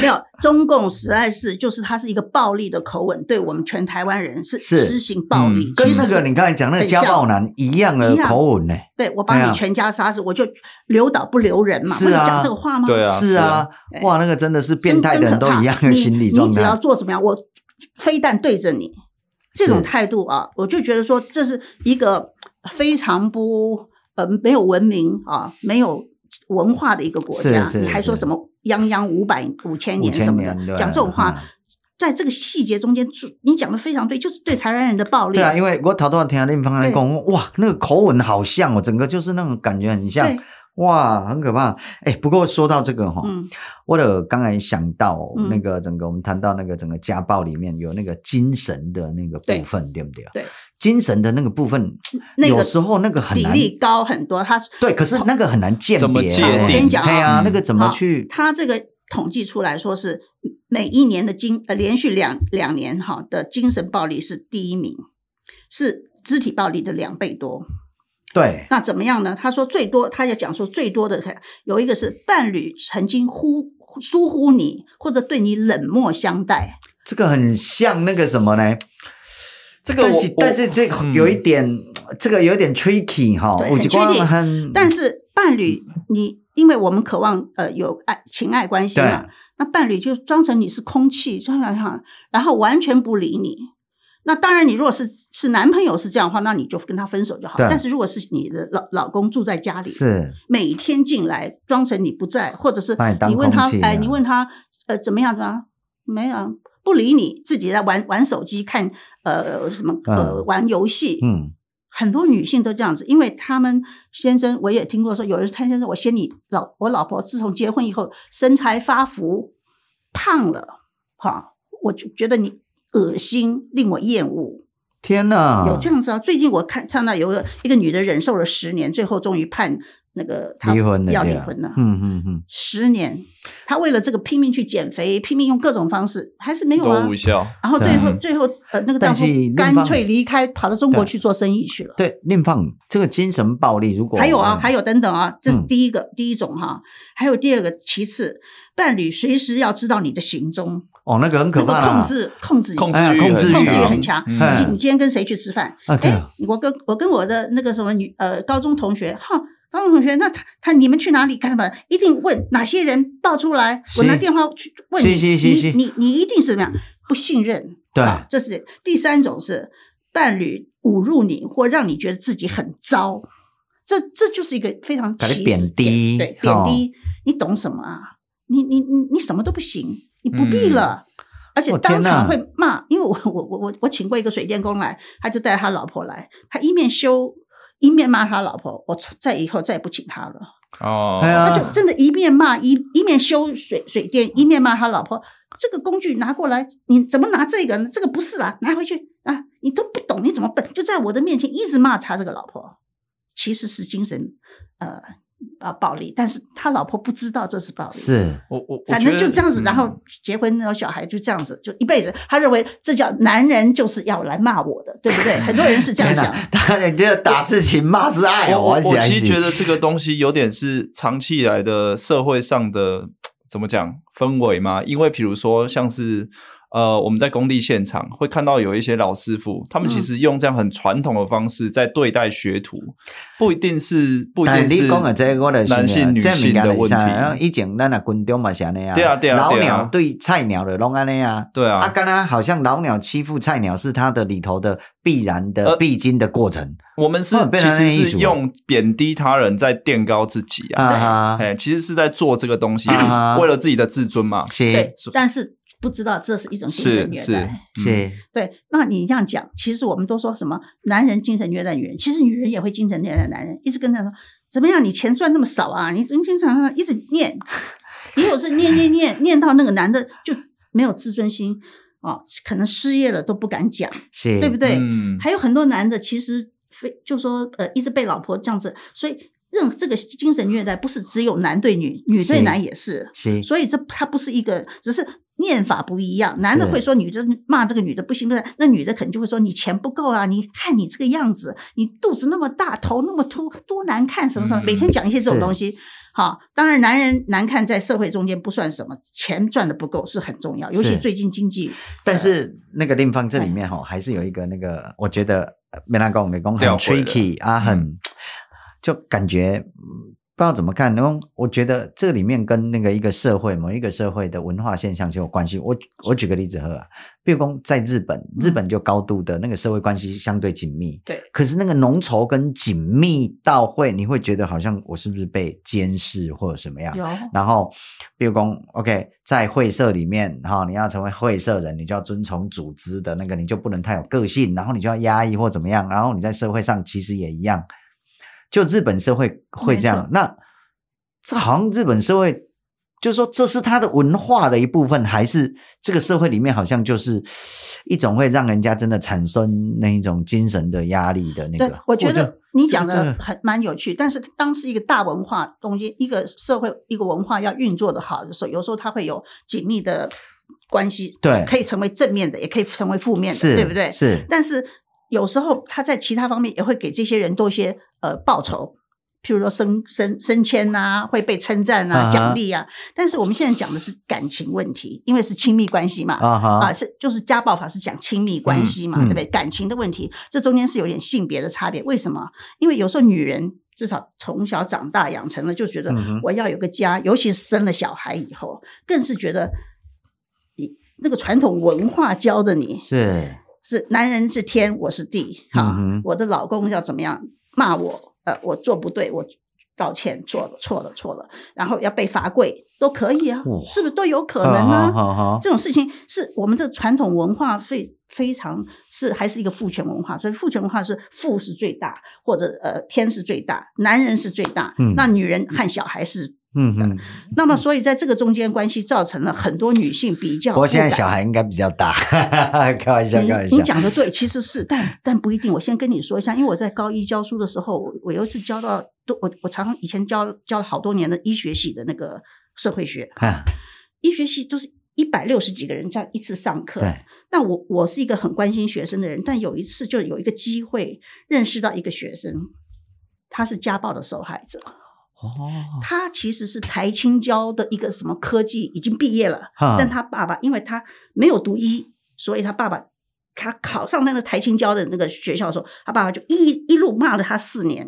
S3: 没有，中共实在是就是它是一个暴力的口吻，对我们全台湾人是
S1: 是
S3: 施行暴力
S2: 嗯，
S1: [laughs] 跟
S3: 其实
S1: 那个
S3: 是
S1: 你刚才讲那个家暴男一样的
S3: 一样
S1: 口吻呢、
S3: 对我
S1: 哎
S3: 把
S1: 呀
S3: 你全家杀死，我就留岛不留人嘛，
S1: 是
S3: 不是
S1: 啊
S3: 讲这个话吗？
S2: 对啊
S1: 是啊，
S3: 是啊
S1: 哇，那个真的是
S3: 真，
S1: 变态的人
S3: 真可
S1: 都
S3: 怕
S1: 一样的心理状
S3: 你你
S1: 态
S3: 只。要做怎么样，我非但对着你这
S1: 是
S3: 种态度啊，我就觉得说这是一个非常不呃没有文明啊，没有文化的一个国家，
S1: 是是
S3: 你还说
S1: 是
S3: 什么泱泱五百五千年
S1: 5000
S3: 什么的
S1: 年，对
S3: 讲这种话
S1: 嗯。
S3: 在这个细节中间，你讲的非常对，就是对台湾人的暴力。
S1: 对啊，因为我头段听另一方来讲，哇，那个口吻好像哦，整个就是那种感觉很像
S3: 对，
S1: 哇，很可怕。哎，不过说到这个哈、
S3: 嗯，
S1: 我的刚才想到、
S3: 嗯
S1: 那个整个我们谈到那个整个家暴里面有那个精神的那个部分，对不对？
S3: 对，
S1: 精神的那个部分，
S3: 那个
S1: 有时候那个很
S3: 比
S1: 难，
S3: 例高很多。他
S1: 对，可是那个很难鉴别啊，
S2: 怎么界定
S1: 哎
S2: 我跟
S3: 你讲啊
S1: 对啊，
S2: 嗯
S1: 那个怎么
S3: 好
S1: 去？
S3: 他这个统计出来说是每一年的精呃连续两两年哈的精神暴力是第一名，是肢体暴力的两倍多。
S1: 对，
S3: 那怎么样呢？他说最多，他也讲说最多的有一个是伴侣曾经忽疏忽你或者对你冷漠相待，
S1: 这个很像那个什么呢？
S2: 这个我
S1: 但是
S2: 我
S1: 但是这
S2: 嗯
S1: 有一点，这个有一点 tricky 哈，
S3: 对
S1: 有一寡
S3: 很 tricky，
S1: 很，
S3: 但是伴侣你因为我们渴望呃有爱情爱关系嘛
S1: 对，
S3: 那伴侣就装成你是空气，装成哈，然后完全不理你。那当然，你如果是是男朋友是这样的话，那你就跟他分手就好。
S1: 对
S3: 但是如果是你的老老公住在家里，
S1: 是
S3: 每天进来装成你不在，或者是
S1: 把你当
S3: 你问他
S1: 空气，啊
S3: 哎，你问他呃怎么样怎么样，没有不理你，自己在玩玩手机，看呃什么呃
S1: 嗯
S3: 玩游戏，
S1: 嗯，
S3: 很多女性都这样子，因为他们先生，我也听过说，有人他先生，我嫌你老我老婆自从结婚以后身材发福，胖了，哈，我就觉得你恶心，令我厌恶。
S1: 天哪，
S3: 有这样子啊？最近我看看到有个一个女的忍受了十年，最后终于判那个她
S1: 离婚的
S3: 要
S1: 对
S3: 离
S1: 啊
S3: 婚了。
S1: 嗯嗯嗯，
S3: 十年，她为了这个拼命去减肥，拼命用各种方式，还是没有啊
S2: 都无。效。
S3: 然后最后
S2: 对
S3: 最后呃，那个
S1: 但
S3: 丈夫
S1: 是另
S3: 干
S1: 方
S3: 脆离开，跑到中国
S1: 对
S3: 去做生意去了。
S1: 对，另放这个精神暴力，如果
S3: 还有啊，还
S1: 有
S3: 有等等啊，这是
S1: 嗯
S3: 第一个、第一种哈、还有第二个，其次，伴侣随时要知道你的行踪，
S1: 哦，那个很可怕
S3: 那个
S1: 啦
S3: 控，制控制你
S2: 控
S1: 哎呀
S2: 制欲
S1: 控制
S3: 控制
S1: 欲
S3: 欲
S1: 啊
S3: 很强。
S2: 嗯
S3: 你今你今天跟谁去吃饭？
S1: 啊，对
S3: 哎
S1: 啊，，
S3: 我跟我跟我的那个什么女呃高中同学哈。高中同学，那他他你们去哪里干嘛？一定问哪些人报出来，我拿
S1: 是
S3: 电话去问
S1: 是
S3: 你，
S1: 是是是
S3: 你你你一定是怎么样？不信任，
S1: 对
S3: 啊这是第三种是伴侣侮辱你或让你觉得自己很糟，这这就是一个非常
S1: 把你
S3: 歧视
S1: 贬低
S3: 对贬
S1: 哦
S3: 低，你懂什么啊？你你你你什么都不行，你不
S1: 嗯
S3: 必了。而且
S1: 我哦天
S3: 当
S1: 哪
S3: 场会骂，因为我我我我我请过一个水电工来，他就带他老婆来，他一面修一面骂他老婆，我从再以后再也不请他了。
S2: 哦，
S1: 哎呀
S3: 他就真的一面骂一一面修水水电，一面骂他老婆。这个工具拿过来，你怎么拿这个呢？这个不是啊，拿回去啊！你都不懂，你怎么笨？就在我的面前一直骂他这个老婆，其实是精神呃啊暴力，但是他老婆不知道这是暴力。
S1: 是
S2: 我我我
S3: 反
S2: 觉
S3: 正
S2: 得
S3: 就这样子，
S2: 嗯
S3: 然后结婚，然后小孩就这样子，就一辈子。他认为这叫男人就是要来骂我的，对不对？很多人是这样
S1: 天
S3: 想 [laughs]
S1: 哪，，他人家打是情，骂是爱哦，
S2: 我我
S1: 很喜
S2: 我
S1: 欢
S2: 其实
S1: 喜
S2: 觉得这个东西有点是长期以来的社会上的怎么讲氛围嘛，因为比如说像是。呃，我们在工地现场会看到有一些老师傅，他们其
S1: 嗯
S2: 实用这样很传统的方式在对待学徒，不一定是不一
S1: 但
S2: 定
S1: 你
S2: 是
S1: 讲的这我的
S2: 男性女性的问题。
S1: 以前咱啊军中嘛是安尼啊，
S2: 对啊对啊
S1: 老
S2: 对啊
S1: 鸟对菜鸟的拢安尼啊。
S2: 对啊，
S1: 啊，刚刚好像老鸟欺负菜鸟是他的里头的必然的、
S2: 呃
S1: 必经的过程
S2: 我们是
S1: 哇被
S2: 其
S1: 人类
S2: 实
S1: 艺术
S2: 是
S1: 啊
S2: 用贬低他人在垫高自己啊，
S1: 啊哈，
S2: 哎，其实是在做这个东西
S1: 啊哈，
S2: 为了自己的自尊嘛，
S3: 对
S1: 是，
S3: 但是不知道这是一种精神
S2: 是
S3: 虐
S2: 哎是嗯
S3: 待。
S1: 是，
S3: 对，那你这样讲，其实我们都说什么男人精神虐待女人，其实女人也会精神虐待男人，一直跟他说怎么样，你钱赚那么少啊，你经经常一直念，也有是念念念念到那个男的就没有自尊心哦，可能失业了都不敢讲，
S1: 是，
S3: 对不对？
S2: 嗯，
S3: 还有很多男的其实非就说呃一直被老婆这样子，所以任这个精神虐待不是只有男对女，女对
S1: 是
S3: 男也是。
S1: 是，
S3: 所以这它不是一个，只是念法不一样。男的会说女的骂这个女的不行，不是那女的可能就会说你钱不够啊，你看你这个样子，你肚子那么大，头那么秃，多难看，什么什么，
S2: 嗯
S3: 每天讲一些这种
S1: 是
S3: 东西。好，当然男人难看在社会中间不算什么，钱赚的不够是很重要，尤其
S1: 是
S3: 最近经济。
S1: 但是那个令方这里面哈，还是有一个那个，我觉得没拉贡的公很
S2: 吊诡的嗯
S1: tricky 啊，很就感觉嗯不知道怎么看。然后我觉得这里面跟那个一个社会某一个社会的文化现象就有关系。我我举个例子喝啊，比如说在日
S2: 嗯
S1: 本，日本就高度的那个社会关系相对紧密，
S3: 对，
S1: 可是那个浓稠跟紧密到会，你会觉得好像我是不是被监视或者什么样？
S3: 有
S1: 然后，比如讲，OK，在会社里面哈、你要成为会社人，你就要遵从组织的那个，你就不能太有个性，然后你就要压抑或怎么样，然后你在社会上其实也一样，就日本社会会这
S3: 没
S1: 样
S3: 错。
S1: 那这好像日本社会，就是说这是它的文化的一部分，还是这个社会里面好像就是一种会让人家真的产生那一种精神的压力的那
S3: 对
S1: 个？，
S3: 我觉
S1: 这
S3: 得你讲
S1: 这个
S3: 的
S1: 这个
S3: 很蛮有趣，但是当是一个大文化东西，一个社会一个文化要运作的好的时候，有时候它会有紧密的关系，
S1: 对
S3: 可以成为正面的，也可以成为负面的，
S1: 是
S3: 对不对？
S1: 是
S3: 但是有时候他在其他方面也会给这些人多一些呃报酬，譬如说升升升迁呐、会被称赞
S1: 啊
S3: 啊、
S1: 哈
S3: 奖励啊。但是我们现在讲的是感情问题，因为是亲密关系嘛，
S1: 啊
S3: 啊，
S1: 哈，
S3: 是就是家暴法是讲亲密关系嘛，
S1: 嗯嗯
S3: 对不对？感情的问题，这中间是有点性别的差别。为什么？因为有时候女人至少从小长大养成了，就觉得
S1: 嗯哼
S3: 我要有个家，尤其是生了小孩以后，更是觉得你那个传统文化教的你
S1: 是
S3: 是男人是天，我是地，哈、
S1: 嗯哼
S3: 我的老公要怎么样骂我，呃，我做不对，我道歉，错了，错了，错了，然后要被罚跪都可以啊
S1: 哇，
S3: 是不是都有可能呢？
S1: 好好好，
S3: 这种事情是我们这传统文化非非常是还是一个父权文化，所以父权文化是父是最大，或者呃天是最大，男人是最大，
S1: 嗯
S3: 那女人和小孩是。
S1: 嗯哼，
S3: 那么，所以在这个中间关系造成了很多女性比较
S1: 不
S3: 不敢。
S1: 过现在小孩应该比较大， [laughs] 开玩笑，
S3: 哦你
S1: 开玩
S3: 你
S1: 笑。
S3: 讲的对，其实是，但但不一定。我先跟你说一下，因为我在高一教书的时候，我我有一次教到都我我常常以前教教了好多年的医学系的那个社会学，
S1: 哈
S3: 医学系都是一百六十几个人这样一次上课。
S1: 对，
S3: 那我我是一个很关心学生的人，但有一次就有一个机会认识到一个学生，他是家暴的受害者，
S1: 哦，
S3: 他其实是台青交的一个什么科技已经毕业了，
S1: 哈
S3: 但他爸爸因为他没有读医，所以他爸爸他考上那个台青交的那个学校的时候，他爸爸就一一路骂了他四年，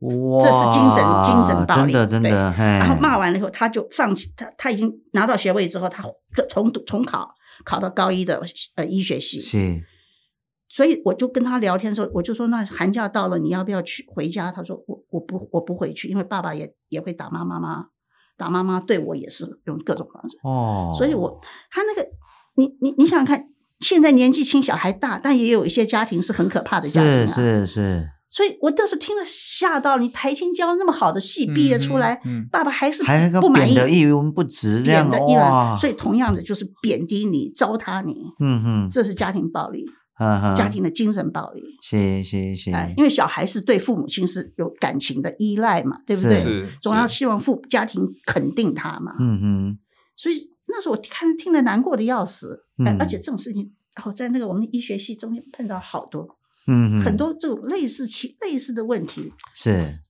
S1: 哇，
S3: 这是精神精神暴力
S1: 真的真的，嘿，
S3: 然后骂完了以后，他就放弃，他他已经拿到学位之后，他重读重考，考到高一的呃医学系。
S1: 是，
S3: 所以我就跟他聊天的时候，我就说那寒假到了，你要不要去回家？他说我我不我不回去，因为爸爸也也会打骂妈妈，打妈妈对我也是用各种方式。
S1: 哦，
S3: 所以我他那个你你你想想看，现在年纪轻，小孩大，但也有一些家庭是很可怕的家庭啊。
S1: 是是是，
S3: 所以我当时听了吓到，你台青教那么好的戏毕业出来，
S2: 嗯嗯
S3: 爸爸还是
S1: 还
S3: 不满
S1: 贬
S3: 意，
S1: 得一文不值这样
S3: 贬得一文
S1: 哇，
S3: 所以同样的就是贬低你、糟蹋你，
S1: 嗯哼，
S3: 这是家庭暴力，
S1: 嗯哼，
S3: 家，庭的精神暴力。
S1: 是是是，
S3: 哎，因为小孩是对父母亲是有感情的依赖嘛，对不
S1: 是
S3: 对？
S2: 是
S3: 总要
S2: 是
S3: 希望父家庭肯定他嘛。
S1: 嗯哼，
S3: 所以那时候我看听了难过的要死，哎
S1: 嗯，
S3: 而且这种事情，然后在那个我们医学系中间碰到好多
S1: 嗯哼，
S3: 很多这种类似其类似的问题，
S1: 是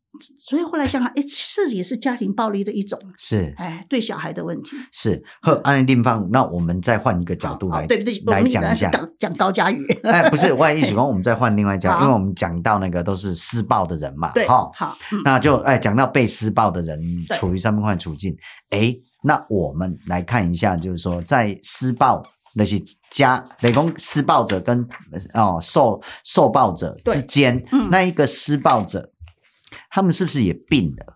S3: 所以后来想想，哎，这也是家庭暴力的一种，
S1: 是
S3: 哎，对小孩的问题。
S1: 是，和安利定方，那我们再换一个角度
S3: 好
S1: 来
S3: 哦对不对？我
S1: 来
S3: 们
S1: 讲一
S3: 原
S1: 下
S3: [laughs] 来是。讲讲高佳
S1: [laughs]
S3: 宇，
S2: [laughs]
S1: 哎，不是，我也一起讲，我们再换另外一家，
S3: 好
S1: 因为我们讲到那个都是施暴的人嘛，
S3: 对，
S1: 哈，
S3: 好，嗯
S1: 那就哎讲到被施暴的人
S3: 对
S1: 处于上面换处境，哎，那我们来看一下，就是说在施暴那些家，雷公施暴者跟哦受受暴者之间，
S3: 嗯
S1: 那一个施暴者，他们是不是也病了？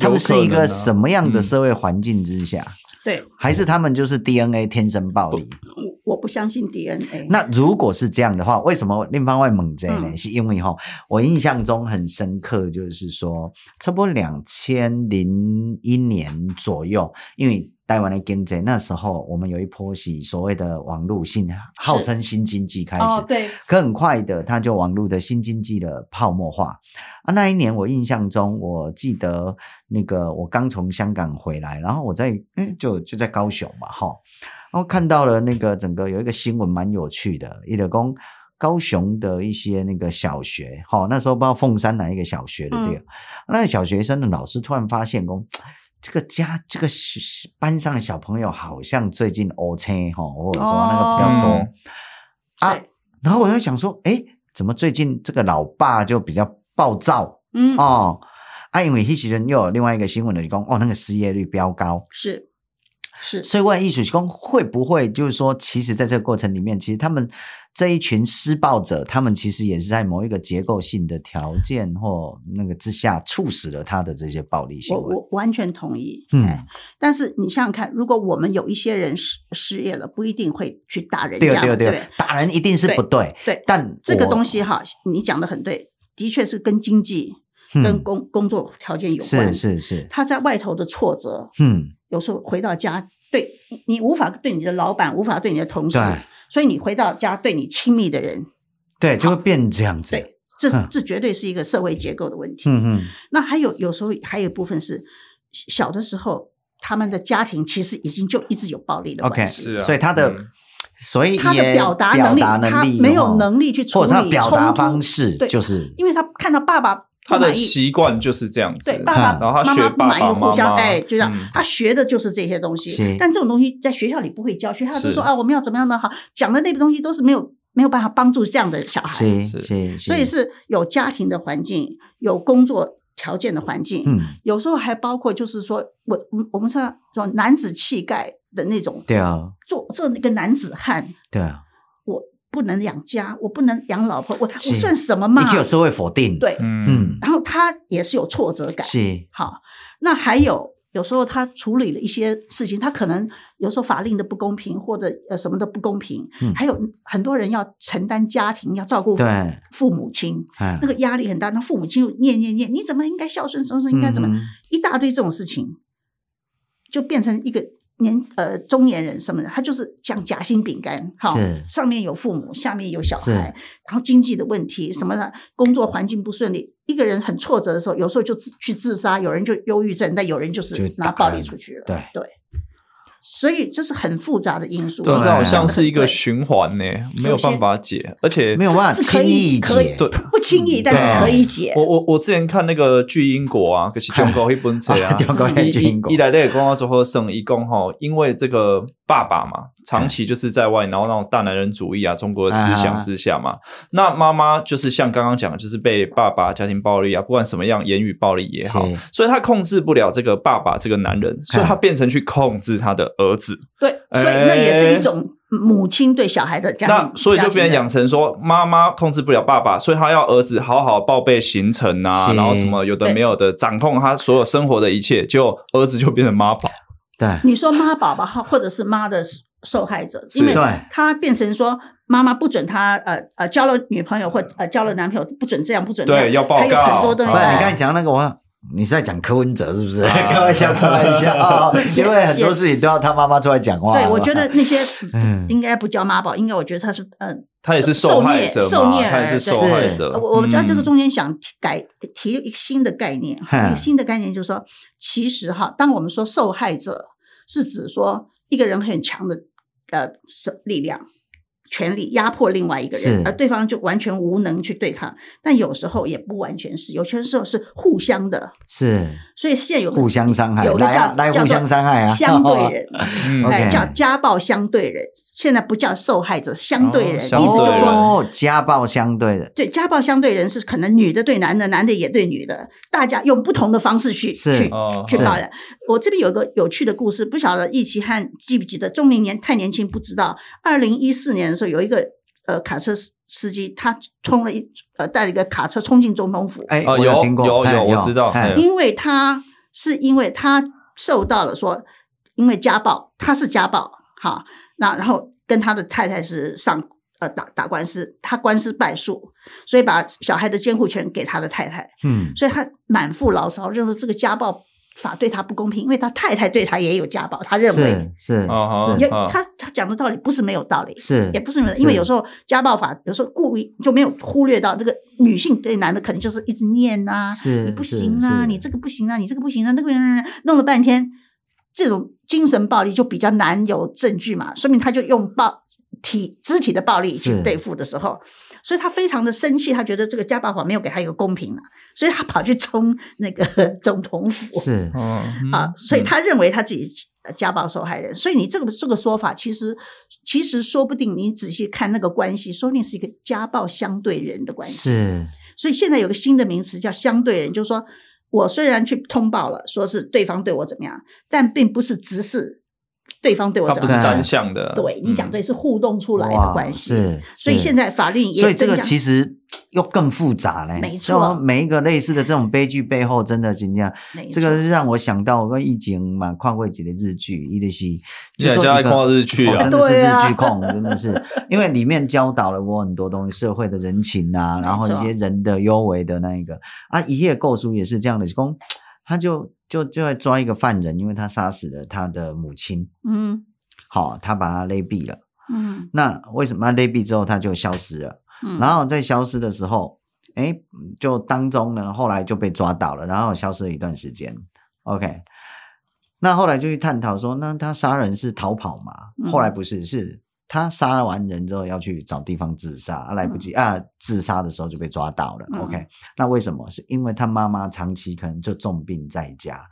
S1: 他们是一
S2: 有可
S1: 个
S2: 能啊
S1: 什么样的
S2: 嗯
S1: 社会环境之下，
S3: 对，
S1: 还是他们就是 DNA 天生暴力？
S3: 我我不相信 DNA。
S1: 那如果是这样的话，为什么另方外猛贼呢？
S3: 嗯
S1: 是因为哈，我印象中很深刻，就是说，差不多两千零一年左右，因为台湾的经济那时候我们有一波是所谓的网络性，号称新经济开始。
S3: 哦，对，
S1: 可很快的，它就网络的新经济的泡沫化啊！那一年我印象中，我记得那个我刚从香港回来，然后我在嗯就就在高雄嘛哈，然后哦看到了那个整个有一个新闻蛮有趣的，伊德公高雄的一些那个小学哈，那时候不知道凤山哪一个小学的对了，那个小学生的老师突然发现公。这个家这个学班上的小朋友好像最近 O 车哈，或者说那个比较多，
S2: 哦
S1: 啊
S3: 对，
S1: 然后我就想说，哎，怎么最近这个老爸就比较暴躁
S3: 嗯，
S1: 哦？啊，因为一时人又有另外一个新闻的是讲，哦，那个失业率飙高，
S3: 是是，
S1: 所以万一许工会不会就是说，其实在这个过程里面，其实他们这一群施暴者，他们其实也是在某一个结构性的条件或那个之下，促使了他的这些暴力行
S3: 我
S1: 为。
S3: 我完全同意。
S1: 嗯
S3: 哎，但是你想想看，如果我们有一些人失失业了，不一定会去打人
S1: 对啊
S3: 家
S1: 对
S3: 嘛，啊
S1: 哦
S3: 对不
S1: 对，打人一定是不对，
S3: 对，
S1: 但
S3: 这个
S1: 我
S3: 东西哈，你讲的很对，的确是跟经济、跟
S1: 嗯
S3: 工、工作条件有
S1: 是
S3: 关。
S1: 是是，
S3: 他在外头的挫折，
S1: 嗯，
S3: 有时候回到家，对你你无法对你的老板，无法对你的同事
S1: 对，
S3: 所以你回到家对你亲密的人，
S1: 对，就会变这样子。
S3: 对，这
S1: 嗯
S3: 这绝对是一个社会结构的问题。
S1: 嗯嗯，
S3: 那还有有时候还有一部分是小的时候，他们的家庭其实已经就一直有暴力的
S1: OK，
S3: 关系。
S2: 是啊
S1: 所以他的，
S2: 嗯
S1: 所以
S3: 他的
S1: 也
S3: 表达能力
S1: 表达
S3: 他没有
S1: 哦
S3: 能力去处
S1: 或者他
S3: 理
S1: 表达
S3: 冲突
S1: 方式
S3: 对
S1: 就是
S3: 因为他看到爸爸
S2: 他
S3: 不
S2: 的
S3: 满意，
S2: 习惯就是这样子，
S3: 对爸
S1: 嗯
S3: 爸
S2: 然后他
S3: 妈
S2: 学
S3: 妈
S2: 爸
S3: 满
S2: 爸
S3: 意
S2: 妈
S3: 互相
S2: 妈
S3: 哎，就这样
S2: 嗯，
S3: 他学的就是这些东西
S1: 是。
S3: 但这种东西在学校里不会教，学校都
S2: 是
S3: 说啊我们要怎么样的好，讲的那个东西都是没有没有办法帮助这样的小孩，
S1: 是
S2: 是
S1: 是，
S3: 所以是有家庭的环境，有工作条件的环境，
S1: 嗯，
S3: 有时候还包括就是说我我们说说男子气概的那种
S1: 对啊，
S3: 做做那个男子汉，
S1: 对啊，
S3: 我不能养家，我不能养老婆，我
S1: 是
S3: 我算什么嘛
S1: 你？有社会否定，，
S3: 对，
S2: 嗯
S1: 嗯，
S3: 然后他也是有挫折感。
S1: 是，
S3: 好，那还有有时候他处理了一些事情，他可能有时候法令的不公平或者呃什么的不公平，
S1: 嗯
S3: 还有很多人要承担家庭，要照顾
S1: 对，
S3: 父母亲，
S1: 哎
S3: 那个压力很大。那父母亲又念念念，你怎么应该孝顺，什么什么应该怎么，
S1: 嗯
S3: 一大堆这种事情，就变成一个年呃中年人什么的，他就是像夹心饼干，哈
S1: 是，
S3: 上面有父母，下面有小
S1: 是
S3: 孩，然后经济的问题什么的，工作环境不顺利，一个人很挫折的时候，有时候就自去自杀，有人就忧郁症，但有人就
S1: 就是打
S3: 拿暴力
S1: 人
S3: 出去了，
S1: 对
S3: 对，所以这是很复杂的因素，
S2: 对啊，
S1: 对
S2: 这好像
S3: 对
S2: 是一个循环呢，没有办法解，而且
S1: 没有办法
S3: 是可
S1: 轻易
S3: 以可以
S1: 解，
S2: 对啊
S3: 不轻易，但是可以解。
S2: 我我我之前看那个剧英国啊，就是中国那本册啊，
S1: [laughs] 中国那
S2: 一
S1: 剧英国
S2: 一一来这个公告之后，剩一共吼，因为这个爸爸嘛，长期就是在外，然后那种大男人主义啊，中国的思想之下嘛，
S1: 嗯
S2: 那妈妈就是像刚刚讲的，就是被爸爸家庭暴力啊，不管什么样言语暴力也好
S1: 是，嗯
S2: 所以他控制不了这个爸爸这个男人，所以他变成去控制他的儿子。
S3: 对，所以那也是
S2: 哎
S3: 一种母亲对小孩的家庭
S2: 那，所以就变
S3: 家庭
S2: 成
S3: 的
S2: 养成说，妈妈控制不了爸爸，所以他要儿子好好报备行程啊，
S1: 是
S2: 然后什么有的
S3: 对
S2: 没有的，掌控他所有生活的一切，就儿子就变成妈宝。
S1: 对，
S3: 你说妈宝吧，或者是妈的受害者，因为
S1: 对
S3: 他变成说妈妈不准他呃呃交了女朋友或呃交了男朋友，不准这样，不准那
S2: 对，
S3: 样，
S2: 要报
S3: 还有很多
S2: 告。
S3: 的
S1: 不
S2: 啊
S1: 然你刚才讲那个我。你是在讲柯文哲是不是？
S2: 啊
S1: 开玩笑，开玩笑，哦
S2: [laughs]
S3: 对
S1: 因为很多
S3: 也
S1: 事情都要他妈妈出来讲话。
S3: 对我觉得那些
S1: 嗯
S3: 应该不叫妈宝，应该我觉得他是呃，
S2: 他也是
S3: 受
S2: 害者
S3: 受
S2: 嘛，
S3: 虐
S2: 他也是
S3: 儿
S2: 受
S3: 对
S2: 害
S1: 是
S2: 者。
S3: 呃我我在这个
S2: 嗯
S3: 中间想提改提一个新的概念，
S1: 嗨
S3: 一个新的概念就是说，其实哈，当我们说受害者，是指说一个人很强的呃手力量、权力压迫另外一个
S1: 是
S3: 人，而对方就完全无能去对抗。但有时候也不完全是，有些时候是互相的，
S1: 是
S3: 所以现在有个
S1: 互相伤害，
S3: 有个
S1: 来啊
S3: 叫，
S1: 来
S3: 叫
S1: 互
S3: 做
S1: 相伤害啊，
S3: 相
S1: [laughs]
S3: 对人，
S2: 嗯
S1: OK
S3: 哎，叫家暴相对人，现在不叫受害者，相对人，
S2: 哦
S3: 意
S2: 相
S3: 思就是
S2: 对人
S3: 说。
S1: 哦，家暴相对的，
S3: 对，家暴相对人是可能女的对男的，男的也对女的，大家用不同的方式去
S1: 是
S3: 去
S2: 哦
S3: 去
S1: 是
S3: 报人。我这边有个有趣的故事，不晓得易奇汉记不记得？钟龄年太年轻不知道。二零一四年的时候，有一个呃卡车司司机，他冲了一呃带了一个卡车冲进总统府，
S1: 哎，
S2: 哦
S1: 我
S2: 有
S1: 听过，
S2: 有
S1: 哎
S2: 有我知道
S1: 哎
S2: 嗯
S3: 因为他是因为他受到了说，因为家暴，他是家暴，哈，那然后跟他的太太是上呃打打官司，他官司败诉，所以把小孩的监护权给他的太太，
S1: 嗯，
S3: 所以他满腹牢骚，认为这个家暴法对他不公平，因为他太太对他也有家暴，他认为
S1: 是是
S2: 哦
S3: 也
S1: 是
S2: 哦啊
S3: 他他讲的道理不是没有道理，
S1: 是
S3: 也不是没有，因为
S1: 是
S3: 有时候家暴法有时候故意就没有忽略到这个女性对男的可能就是一直念呐、
S1: 是
S3: 你不
S1: 是
S3: 行啊，
S1: 是
S3: 你这个不行啊，你这个不行啊，那个人弄了半天，这种精神暴力就比较难有证据嘛，说明他就用暴体肢体的暴力去
S1: 是
S3: 对付的时候，所以他非常的生气，他觉得这个家暴法没有给他一个公平了、所以他跑去冲那个 [laughs] 总统府
S1: 是
S2: 嗯
S3: 啊，所以
S2: 嗯
S3: 他认为他自己呃家暴受害人，所以你这个这个说法，其实其实说不定你仔细看那个关系，说不定是一个家暴相对人的关系。
S1: 是
S3: 所以现在有个新的名词叫相对人，就是说我虽然去通报了，说是对方对我怎么样，但并不是只是对方对我
S2: 他
S3: 怎
S2: 不
S1: 啊
S3: 么
S2: 是
S3: 样，
S2: 单向的。
S3: 对你讲
S2: 嗯
S3: 对，是互动出来
S1: 哇
S3: 的关系。
S1: 是，
S3: 所以
S1: 是
S3: 现在法律也
S1: 所以这个
S3: 增加
S1: 其实又更复杂嘞，
S3: 没
S1: 这种
S3: 错
S1: 每一个类似的这种悲剧背后，真的今天
S3: 没
S1: 这
S3: 错
S1: 个让我想到，我跟易景嘛看过几个日剧，伊的西，就
S2: 你
S1: 说
S2: 还加
S1: 一个
S2: 看日剧啊
S1: 哦真的是
S3: 对
S1: 日
S3: 啊
S1: 剧控，真的是，因为里面教导了我很多东西，社会的人情啊，然后一
S3: 没
S1: 些
S3: 错
S1: 人的优为的那一个啊，一夜购书也是这样的，公他就就就在抓一个犯人，因为他杀死了他的母亲，
S3: 嗯
S1: 好、他把他勒毙了。
S3: 嗯
S1: 那为什么他勒毙之后他就消失了？
S3: 嗯，
S1: 然后在消失的时候，哎，就当中呢，后来就被抓到了，然后消失了一段时间。OK，那后来就去探讨说，那他杀人是逃跑吗？
S3: 嗯
S1: 后来不是，是他杀完人之后要去找地方自杀，啊来不及、啊，自杀的时候就被抓到了。
S3: 嗯
S1: OK，那为什么？是因为他妈妈长期可能就重病在家。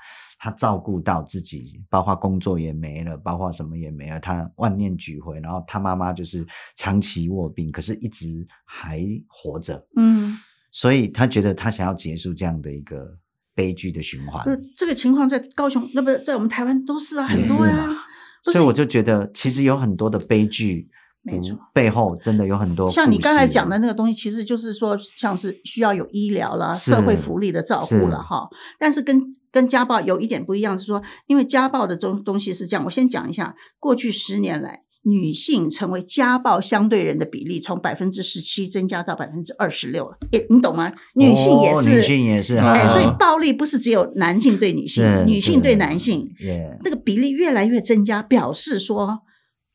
S1: 他照顾到自己，包括工作也没了，包括什么也没了，他万念俱灰。然后他妈妈就是长期卧病，可是一直还活着，
S3: 嗯。
S1: 所以他觉得他想要结束这样的一个悲剧的循环。
S3: 这这个情况在高雄，那不是在我们台湾都是啊，
S1: 也
S3: 很多
S1: 是
S3: 呀、
S1: 嘛所以我就觉得，其实有很多的悲剧
S3: 没错。
S1: 背后真的有很多故事。
S3: 像你刚才讲的那个东西，其实就是说，像是需要有医疗啦、
S1: 是
S3: 社会福利的照顾
S1: 是
S3: 了哈。但是跟跟家暴有一点不一样，是说，因为家暴的东东西是这样，我先讲一下，过去十年来，女性成为家暴相对人的比例从百分之十七增加到百分之二十六了，也你懂吗？女性也
S1: 哦
S3: 是，
S1: 女性也是，
S3: 哎，
S2: 啊
S3: 所以暴力不是只有男性对女性
S1: 是，
S3: 女性对
S1: 是
S3: 男性，
S1: 也
S3: 这个比例越来越增加，表示说，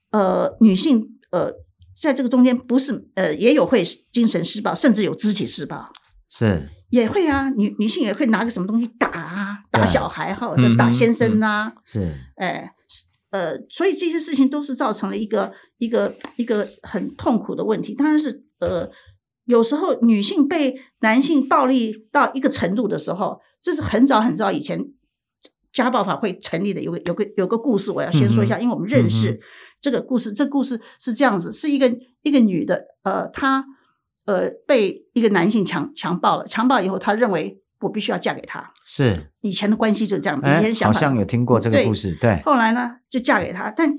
S3: 呃，女性呃，在这个中间不是呃，也有会精神施暴，甚至有肢体施暴，
S1: 是
S3: 也会啊，女女性也会拿个什么东西打啊，打
S1: 对
S3: 小孩哈，或
S2: 嗯
S3: 者
S2: 哼
S3: 打先生啊呐、
S1: 是
S3: 哎、是呃，所以这些事情都是造成了一个一个一个很痛苦的问题。当然是呃，有时候女性被男性暴力到一个程度的时候，这是很早很早以前家暴法会成立的，有个有个有个故事，我要先说
S1: 嗯
S3: 一下，因为我们认识这个故事。这故事是这样子，是一个一个女的，呃，她呃被一个男性强强暴了，强暴以后，她认为我必须要嫁给他。
S1: 是，
S3: 以前的关系就是这样，以
S1: 哎
S3: 前，想
S1: 好
S3: 法
S1: 像有听过这个
S3: 对
S1: 故事，对，
S3: 后来呢，就嫁给他，但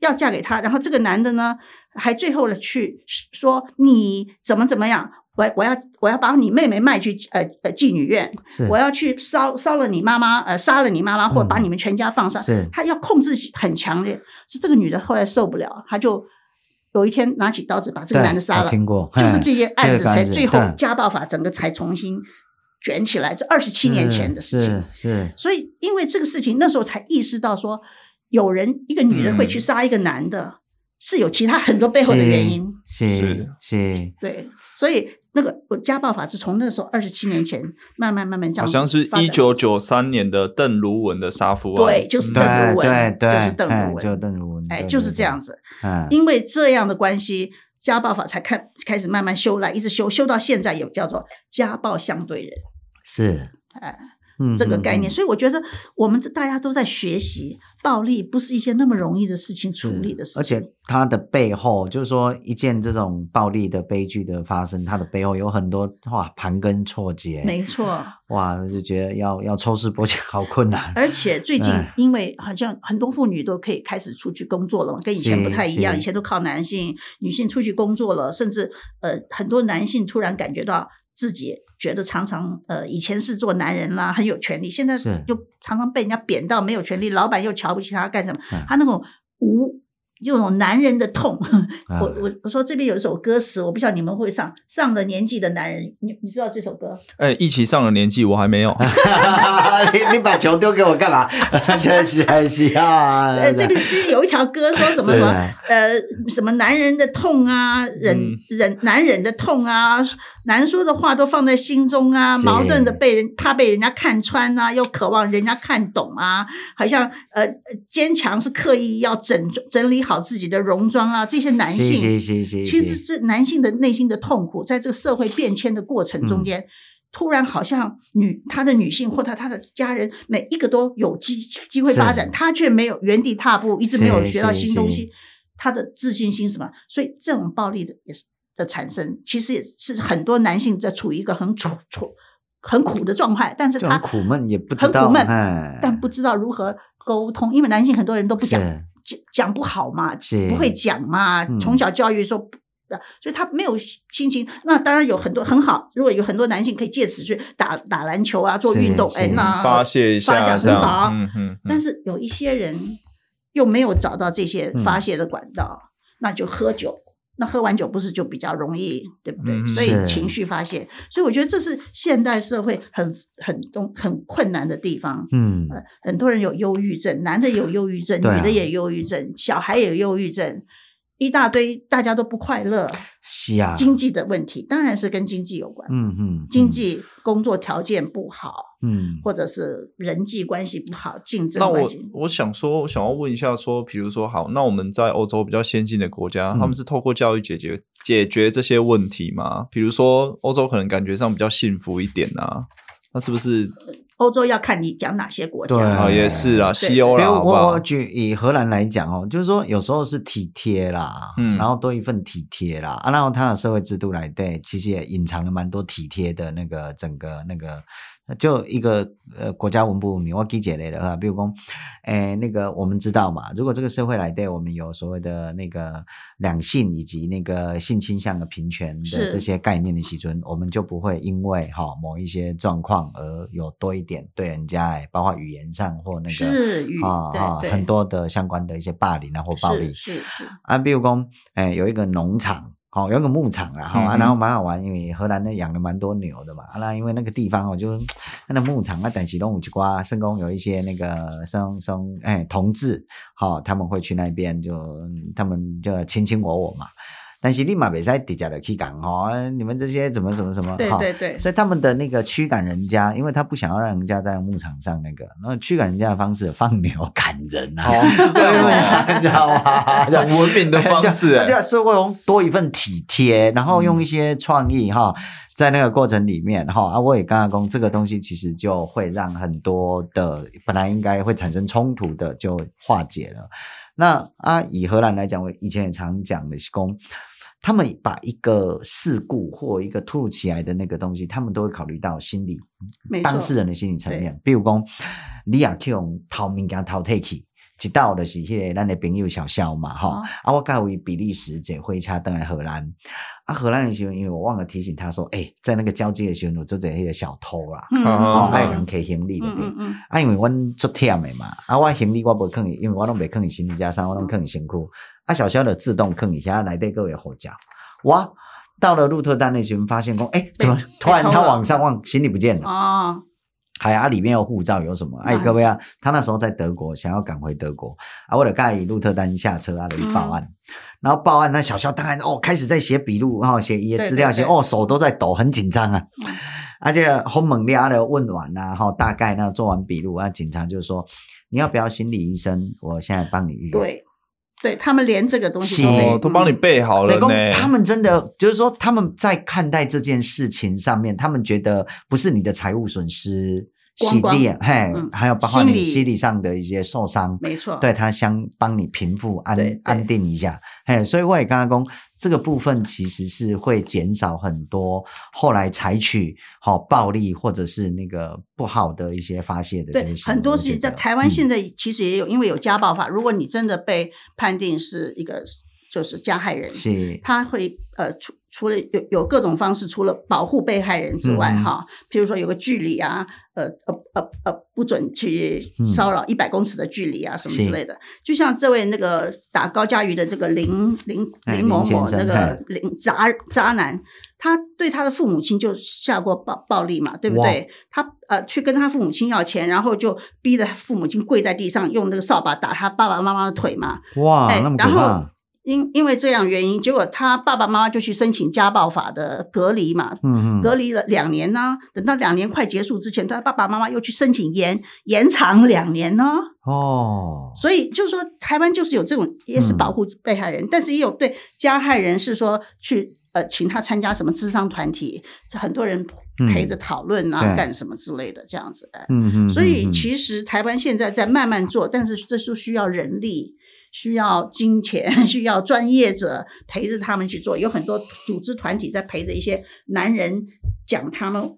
S3: 要嫁给他，然后这个男的呢，还最后了去说你怎么怎么样，我我要我要把你妹妹卖去呃呃妓女院，
S1: 是
S3: [laughs] 我要去烧烧了你妈妈，呃杀了你妈妈，或者把你们全家放
S1: 嗯
S3: 上。
S1: 是
S3: 他要控制很强烈，是这个女的后来受不了，她就有一天拿起刀子把这个
S1: 对
S3: 男的杀
S1: 我
S3: 了。
S1: 听过，哎
S3: 就是
S1: 嘿
S3: 这些案子
S1: 个
S3: 才
S1: 子
S3: 最后
S1: 对
S3: 家暴法整个才重新卷起来，这二十七年前的事情。
S1: 是是
S3: 所以因为这个事情，那时候才意识到说，有人一个女人会去杀一个男的，是有其他很多背后的原因。
S1: 嗯是是是
S3: 对，所以那个我家暴法是从那时候二十七年前慢慢慢慢这
S2: 好
S3: 样，
S2: 像是一。九九三年的邓如文的杀夫案，
S3: 对就是邓
S1: 对
S3: 如文
S1: 对对，
S3: 就是邓如
S1: 哎
S3: 文
S1: 就邓如文，
S3: 哎，
S1: 对
S3: 就是这样，子，
S1: 对对嗯，
S3: 因为这样的关系，家暴法才开开始慢慢修来，一直修修到现在，有叫做家暴相对人
S1: 是
S3: 哎，
S1: 嗯
S3: 这个概念。
S1: 嗯嗯
S3: 所以我觉得我们这大家都在学习，暴力不是一件那么容易的事情处
S1: 是
S3: 理的事情，
S1: 而且它的背后，就是说一件这种暴力的悲剧的发生，它的背后有很多哇盘根错节，
S3: 没错，
S1: 哇，我就觉得要要抽丝剥茧好困难。
S3: 而且最近
S1: 哎
S3: 因为好像很多妇女都可以开始出去工作了嘛，跟以前不太一样，
S1: 是
S3: 以前都靠男性，女性出去工作了，甚至呃很多男性突然感觉到自己觉得常常呃以前是做男人啦，很有权利，现在
S1: 是
S3: 就常常被人家贬到没有权利，老板又瞧不起他干什么
S1: 嗯，
S3: 他那种无。就那种男人的痛，
S1: 啊
S3: [laughs] 我我我说这边有一首歌词，我不晓得你们会上。上了年纪的男人，你你知道这首歌？
S2: 哎、一起上了年纪，我还没
S3: [laughs]
S2: 有。
S1: [laughs] 你你把球丢给我干嘛？ [laughs] 真是很需要啊！
S3: 呃，这个这个有一条歌说什
S1: [laughs]
S3: 么
S1: 对
S3: 什么
S1: 啊
S3: 呃什么男人的痛啊，
S1: 嗯
S3: 忍忍男人的痛啊，难说的话都放在心中啊，
S1: 是
S3: 矛盾的被人怕被人家看穿啊，又渴望人家看懂啊，好像呃坚强是刻意要整整理好自己的戎装啊，这些男性
S1: 是是是是，
S3: 其实
S1: 是
S3: 是男性的内心的痛苦，在这个社会变迁的过程
S1: 嗯
S3: 中间，突然好像女他的女性或他他的家人每一个都有机机会发展，
S1: 是
S3: 他却没有原地踏步，一直没有学到
S1: 是是
S3: 新东
S1: 是
S3: 西，他的自信心什么，所以这种暴力的也是的产生，其实也是很多男性在处于一个很处处很苦的状态，但是
S1: 就
S3: 他
S1: 很苦闷，也不知
S3: 很
S1: 道，
S3: 苦闷，
S1: 哎
S3: 但不知道如何沟通，因为男性很多人都不讲
S1: 是
S3: 讲讲不好嘛，
S1: 是
S3: 不会讲嘛
S1: 嗯，
S3: 从小教育说不。呃所以他没有心情，那当然有很多很好。如果有很多男性可以借此去打打篮球啊，做
S1: 是
S3: 运动，
S1: 是
S3: 哎，那
S2: 发泄一
S3: 发
S2: 下，
S3: 泄
S2: 这
S3: 很
S2: 样
S3: 好。。
S2: 嗯嗯，
S3: 但
S2: 是
S3: 是有一些人又没有找到这些
S1: 嗯
S3: 发泄的管道，那就喝酒。那喝完酒不是就比较容易，对不对？
S2: 嗯
S3: 所以
S1: 是
S3: 情绪发泄，所以我觉得这是现代社会很很东很困难的地方。
S1: 嗯，
S3: 呃，很多人有忧郁症，男的有忧郁症，
S1: 对啊
S3: 女的也有忧郁症，小孩也有忧郁症，一大堆，大家都不快乐。
S1: 是啊，
S3: 经济的问题当然是跟经济有关，
S1: 嗯嗯，
S3: 经
S1: 嗯，
S3: 济工作条件不好，
S1: 嗯，
S3: 或者是人际关系不好，竞争
S2: 那
S3: 关
S2: 我
S3: 系。
S2: 我想说，我想要问一下，说，比如说，好，那我们在欧洲比较先进的国家，
S1: 嗯
S2: 他们是透过教育解决解决这些问题吗？比如说，欧洲可能感觉上比较幸福一点啊，那是不是？
S3: 欧洲要看你讲哪些国
S1: 对
S3: 家，
S2: 啊，也是啦，
S3: 对
S2: 西欧
S1: 因为
S2: 啦，好不
S1: 我
S2: 好
S1: 哎我？举以荷兰来讲哦，就是说有时候是体贴啦，
S2: 嗯
S1: 然后多一份体贴啦，啊，然后它的社会制度来对，其实也隐藏了蛮多体贴的那个整个那个就一个呃国家文不文明，我举解类的哈，比如讲，诶，那个我们知道嘛，如果这个社会来对我们有所谓的那个两性以及那个性倾向的平权的
S3: 是
S1: 这些概念的时尊，我们就不会因为哈、某一些状况而有多一点对人家诶，包括语言上或那个
S3: 是与
S1: 啊啊
S3: 嗯对对
S1: 很多的相关的一些霸凌啊或暴力
S3: 是是是
S1: 啊，比如讲，哎、有一个农场，好、有一个牧场啦，哈、啊，
S2: 嗯
S1: 然后蛮好玩，因为荷兰那养了蛮多牛的嘛，啊，那因为那个地方哦，就是那个牧场啊，但是东有一瓜，圣公有一些那个圣圣哎同志，好、他们会去那边就嗯他们就卿卿我我嘛，但是立马比赛底下的去讲哦，啊你们这些怎么怎么怎么，
S3: 对
S1: 哈
S3: 对对，
S1: 所以他们的那个驱赶人家，因为他不想要让人家在牧场上那个，然后驱赶人家的方式放牛赶人啊，
S2: 哦，是这样
S1: [laughs]
S2: 哦，[laughs]
S1: 你知道吗？
S2: 很文明的方式，
S1: 啊 [laughs] 对
S2: 哎
S1: 啊，是会用多一份体贴，然后用一些创意哈、
S2: 嗯
S1: 在那个过程里面哈啊，我也刚刚讲这个东西其实就会让很多的本来应该会产生冲突的就化解了。那啊，以荷兰来讲，我以前也常讲的是公。他们把一个事故或一个突如其来的那个东西，他们都会考虑到心理
S3: 没错，
S1: 当事人的心理层面，比如讲，你也去用偷物件偷摕去，一到就是迄个咱的朋友小肖嘛，吼、
S3: 哦
S1: 啊，我甲为比利时坐火车登来荷兰，啊，荷兰的时候，因为我忘了提醒他说，哎、在那个交接的时候，有做者迄个小偷啦，
S3: 嗯，嗯
S1: 哦
S2: 哦，
S1: 爱
S3: 嗯
S1: 人摕行李的对。
S3: 嗯嗯
S1: 啊，因为阮足忝的嘛，啊，我行李我无囥伊，因为我拢袂囥伊行李架上，我拢囥伊身躯。啊，小肖就自动囥伊遐内底个有护照。我到了鹿特丹那时候，发现讲，哎、怎么突然
S3: 被
S1: 他
S3: 偷了
S1: 往上望，行李不见
S3: 嗯，
S1: 了？
S3: 哦，
S1: 海啊，里面有护照有什么？哎，
S3: 那
S1: 各位啊，他那时候在德国，想要赶回德国啊，为了盖鹿特丹下车啊，就去报
S3: 嗯
S1: 案。然后报案，那小肖当然哦，开始在写笔录，哈、哦，写一些
S3: 对
S1: 资料，
S3: 对
S1: 写
S3: 对
S1: 哦，手都在抖，很紧张啊
S3: 嗯。
S1: 而且轰猛烈的问完啊，哈、大概那做完笔录啊，警察就说你要不要心理医生？我现在帮你预约。
S3: 对对，他们连这个东西
S1: 是
S2: 哦，
S3: 没嗯
S2: 都帮你备好了
S1: 美工
S2: 呢。
S1: 他们真的就是说，他们在看待这件事情上面，他们觉得不是你的财务损失、
S3: 光光
S1: 洗练，嘿，
S3: 嗯
S1: 还有包括
S3: 心
S1: 你
S3: 理
S1: 心理上的一些受伤，
S3: 没错，
S1: 对他相帮你平复安
S3: 对对
S1: 安定一下，嘿，所以我也跟他讲，这个部分其实是会减少很多后来采取好、暴力或者是那个不好的一些发泄的这
S3: 对
S1: 些，行为，
S3: 很多
S1: 我
S3: 事
S1: 觉
S3: 情在
S1: 得
S3: 台湾
S1: 嗯
S3: 现在其实也有，因为有家暴法，如果你真的被判定是一个就是加害人，
S1: 嗯是
S3: 他会呃除除了有有各种方式，除了保护被害人之外，
S1: 嗯
S3: 哈、譬如说有个距离啊，呃呃呃呃，不准去骚扰一百公尺的距离啊，什么
S1: 嗯是
S3: 之类的。就像这位那个打高佳瑜的这个林林
S1: 哎
S3: 林某
S1: 林先
S3: 某
S1: 生
S3: 那
S1: 哎
S3: 个林渣渣男，他对他的父母亲就下过暴暴力嘛，对不
S1: 哇
S3: 对？他呃去跟他父母亲要钱，然后就逼着父母亲跪在地上，用那个扫把打他爸爸妈妈的腿嘛。
S1: 哇，
S3: 哎
S1: 那么可
S3: 然后
S1: 怕，
S3: 因因为这样原因，结果他爸爸妈妈就去申请家暴法的隔离嘛，
S1: 嗯嗯，
S3: 隔离了两年呢。等到两年快结束之前，他爸爸妈妈又去申请延延长两年呢。
S1: 哦，
S3: 所以就是说，台湾就是有这种，也是
S1: 嗯
S3: 保护被害人，但是也有对加害人是说去呃请他参加什么智商团体，很多人陪着讨论啊，
S1: 嗯对
S3: 干什么之类的这样子的。
S1: 嗯嗯，
S3: 所以
S1: 嗯嗯
S3: 其实台湾现在在慢慢做，但是这是需要人力、需要金钱、 [laughs] 需要专业者陪着他们去做。有很多组织团体在陪着一些男人讲他们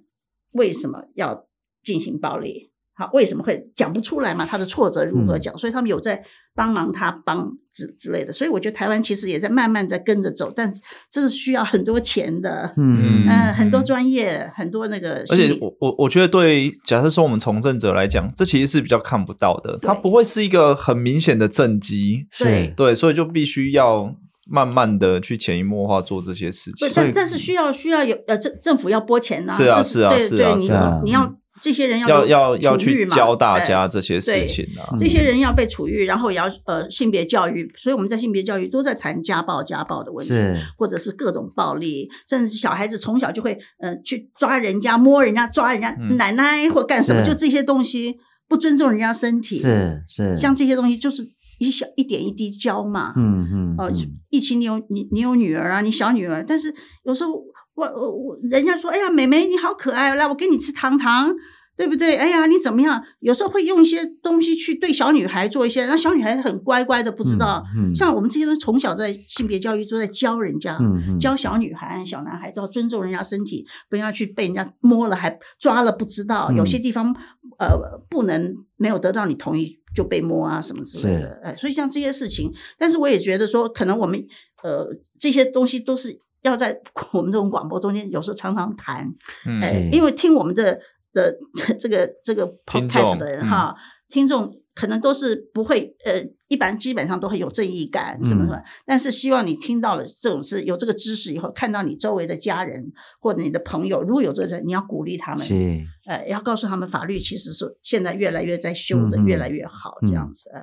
S3: 为什么要进行暴力，好，为什么会讲不出来嘛？他的挫折如何讲？所以他们有在帮忙他帮之之类的。所以我觉得台湾其实也在慢慢在跟着走，但这是需要很多钱的，
S1: 嗯嗯
S2: 嗯
S3: 嗯，很多专业，很多那个
S2: 而
S3: 心
S2: 且
S3: 理，
S2: 我我我觉得对，假设说我们从政者来讲，这其实是比较看不到的，它不会是一个很明显的政绩，
S3: 对
S1: 是。
S2: 对，所以就必须要慢慢的去潜移默化做这些事
S3: 不
S2: 情
S3: 是，。
S1: 所以
S3: 但但是需要需要有呃政政府要拨钱呐、
S2: 是啊
S3: 这
S2: 是啊
S3: 对
S2: 是啊
S3: 对，你
S2: 是
S1: 啊
S3: 你要这些人
S2: 要
S3: 要
S2: 要要
S3: 处遇
S2: 去
S3: 嘛
S2: 教大家
S3: 哎
S2: 这些事情啊，
S3: 这些
S1: 嗯
S3: 人要被处遇，然后也要呃性别教育，所以我们在性别教育都在谈家暴家暴的问题。
S1: 是，
S3: 或者是各种暴力，甚至小孩子从小就会呃去抓人家、摸人家、抓人家、
S2: 嗯
S3: 奶奶或干什么，
S1: 是
S3: 就这些东西不尊重人家身体，
S1: 是是，
S3: 像这些东西就是一小一点一滴教嘛。
S1: 嗯嗯
S3: 哦、
S1: 嗯
S3: 一起你有你你有女儿啊，你小女儿，哦但是有时候我我我人家说，哎呀，妹妹你好可爱，来我给你吃糖糖，对不对？哎呀，你怎么样？有时候会用一些东西去对小女孩做一些，让小女孩很乖乖的，不知道。
S1: 嗯嗯
S3: 像我们这些人从小在性别教育都在教人家，
S1: 嗯嗯
S3: 教小女孩、小男孩都要尊重人家身体，不要去被人家摸了还抓了不知道。
S1: 嗯
S3: 有些地方呃不能没有得到你同意就被摸啊什么之类的。哎，所以像这些事情，但是我也觉得说，可能我们呃这些东西都是要在 [laughs] 我们这种广播中间，有时候常常谈。
S2: 嗯
S3: 哎，
S1: 是
S3: 因为听我们的的 [laughs] 这个这个
S2: 听
S3: podcast
S2: 众
S3: 的人
S2: 嗯
S3: 哈，听众可能都是不会呃，一般基本上都会有正义感什
S1: 嗯
S3: 么什么，但是希望你听到了这种事，有这个知识以后，看到你周围的家人或者你的朋友，如果有这个人，你要鼓励他们，
S1: 是
S3: 呃，要告诉他们法律其实是现在越来越在修的，
S1: 嗯嗯
S3: 越来越好这样子，呃，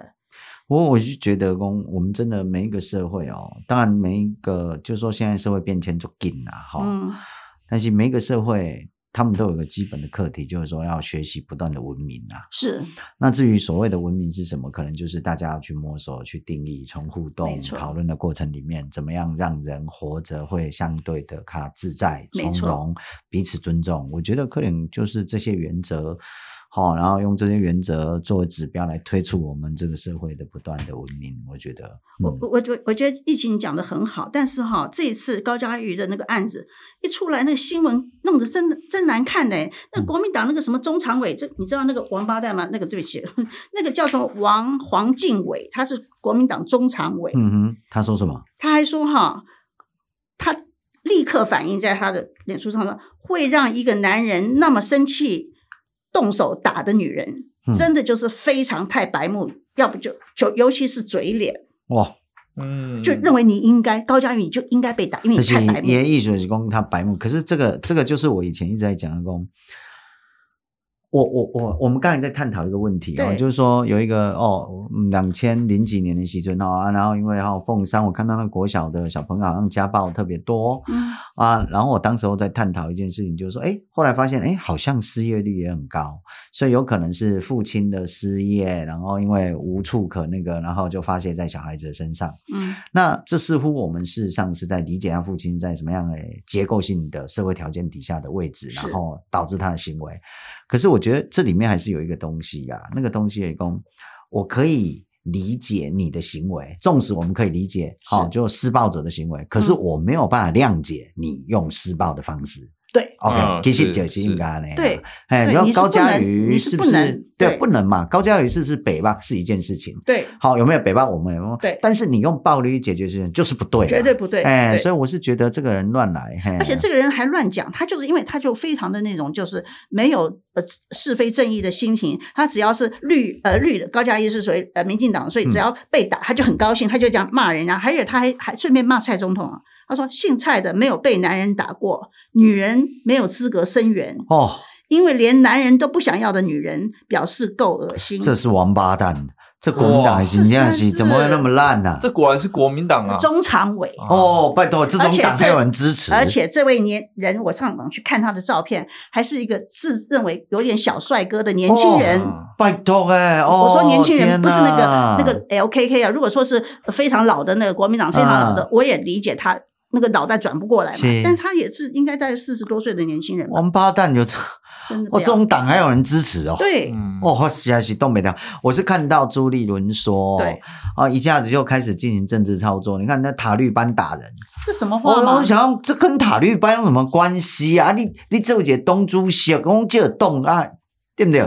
S1: 我我是觉得公，我们真的每一个社会哦，当然每一个就是说现在社会变迁就紧啦，哈、
S3: 嗯
S1: 但是每一个社会他们都有个基本的课题，就是说要学习不断的文明啊。
S3: 是
S1: 那至于所谓的文明是什么，可能就是大家要去摸索、去定义，从互动
S3: 没错
S1: 讨论的过程里面，怎么样让人活着会相对的卡自在、
S3: 没
S1: 从
S3: 错
S1: 容、彼此尊重。我觉得可能就是这些原则。好，然后用这些原则作为指标来推出我们这个社会的不断的文明，我觉得，
S3: 我
S1: 嗯
S3: 我我觉我觉得疫情讲的很好，但是哈，这一次高嘉瑜的那个案子一出来，那个新闻弄得真的真难看呢、
S1: 嗯
S3: 那国民党那个什么中常委，这你知道那个王八蛋吗？那个对不起， [laughs] 那个叫什么王黄进伟，他是国民党中常委，
S1: 嗯哼，他说什么？
S3: 他还说哈，他立刻反映在他的脸书上说，会让一个男人那么生气动手打的女人，
S1: 嗯
S3: 真的就是非常太白目，要不就就尤其是嘴脸。
S1: 哇，
S2: 嗯
S3: 就认为你应该高佳宇你就应该被打，因为
S1: 而
S3: 你
S1: 且
S3: 太嗯白目。
S1: 也艺术是讲他白目，可是这个这个就是我以前一直在讲的讲。我我我，我们刚才在探讨一个问题哦，
S3: 对
S1: 就是说有一个哦，两千零几年的时阵哦，啊然后因为哈、哦、凤山，我看到那个国小的小朋友好像家暴特别多
S3: 嗯
S1: 啊，然后我当时候在探讨一件事情，就是说，哎，后来发现，哎，好像失业率也很高，所以有可能是父亲的失业，然后因为无处可那个，然后就发泄在小孩子的身上。
S3: 嗯，
S1: 那这似乎我们事实上是在理解他父亲在什么样的结构性的社会条件底下的位置，
S3: 是
S1: 然后导致他的行为。可是我觉得这里面还是有一个东西啊，那个东西也供我可以理解你的行为，纵使我们可以理解，好、
S3: 是嗯
S1: 就施暴者的行为，可是我没有办法谅解你用施暴的方式。
S3: 对
S1: OK，、
S2: 嗯
S1: 其实
S2: 是
S1: 就是应该呢。
S3: 对，
S1: 哎，
S3: 对
S1: 然后
S3: 你是
S1: 高
S3: 不
S1: 嘉
S3: 能
S1: 瑜
S3: 你是
S1: 是不
S3: 不能
S1: 是对
S3: 对
S1: 不能嘛？高嘉瑜是不是北吧是一件事情？
S3: 对，
S1: 好，有没有北霸？我们有没有？
S3: 对
S1: 但是你用暴力解决事情就是不对、啊，
S3: 绝对不对。
S1: 哎，所
S3: 对
S1: 以我是觉得这个人乱来，嘿
S3: 而且这个人还乱讲，他就是因为他就非常的那种，就是没有呃是非正义的心情。他只要是绿呃绿的高嘉一是属于呃民进
S1: 嗯
S3: 党，所以只要被打，他就很高兴，他就这样骂人家。啊还有他还还顺便骂蔡总统啊，他说姓蔡的没有被男人打过，女人没有资格生源，
S1: 哦，
S3: 因为连男人都不想要的女人表示够恶心。
S1: 这是王八蛋，这国民党的
S2: 哇
S1: 形象是
S3: 这真是
S1: 怎么会那么烂呢、
S2: 嗯这果然是国民党啊！
S3: 中常委。
S2: 啊
S1: 哦，拜托，这种
S3: 而且
S1: 党
S3: 这
S1: 还有人支持，
S3: 而且这位年人，我上网去看他的照片，还是一个自认为有点小帅哥的年轻人。
S2: 哦
S1: 拜托哎、哦，
S3: 我说年轻人
S1: 天
S3: 不是那个
S1: 哪
S3: 那个 LKK 啊，如果说是非常老的那个国民党非常老的，
S1: 嗯
S3: 我也理解他那个脑袋转不过来嘛
S1: 是。
S3: 但他也是应该在四十多岁的年轻人吧，
S1: 王八蛋有这，
S3: 真的不
S1: 哦，
S3: 要
S1: 这种党还有人支持哦。
S3: 啊对
S2: 嗯
S1: 哦，我实在是东北的，我是看到朱立伦说，
S3: 对，
S1: 啊，一下子就开始进行政治操作。你看那塔利班打人，
S3: 这什么话
S1: 我
S3: 嘛
S1: 我？想要这跟塔利班有什么关系啊？你你只有一个东主席，讲这动啊，对不对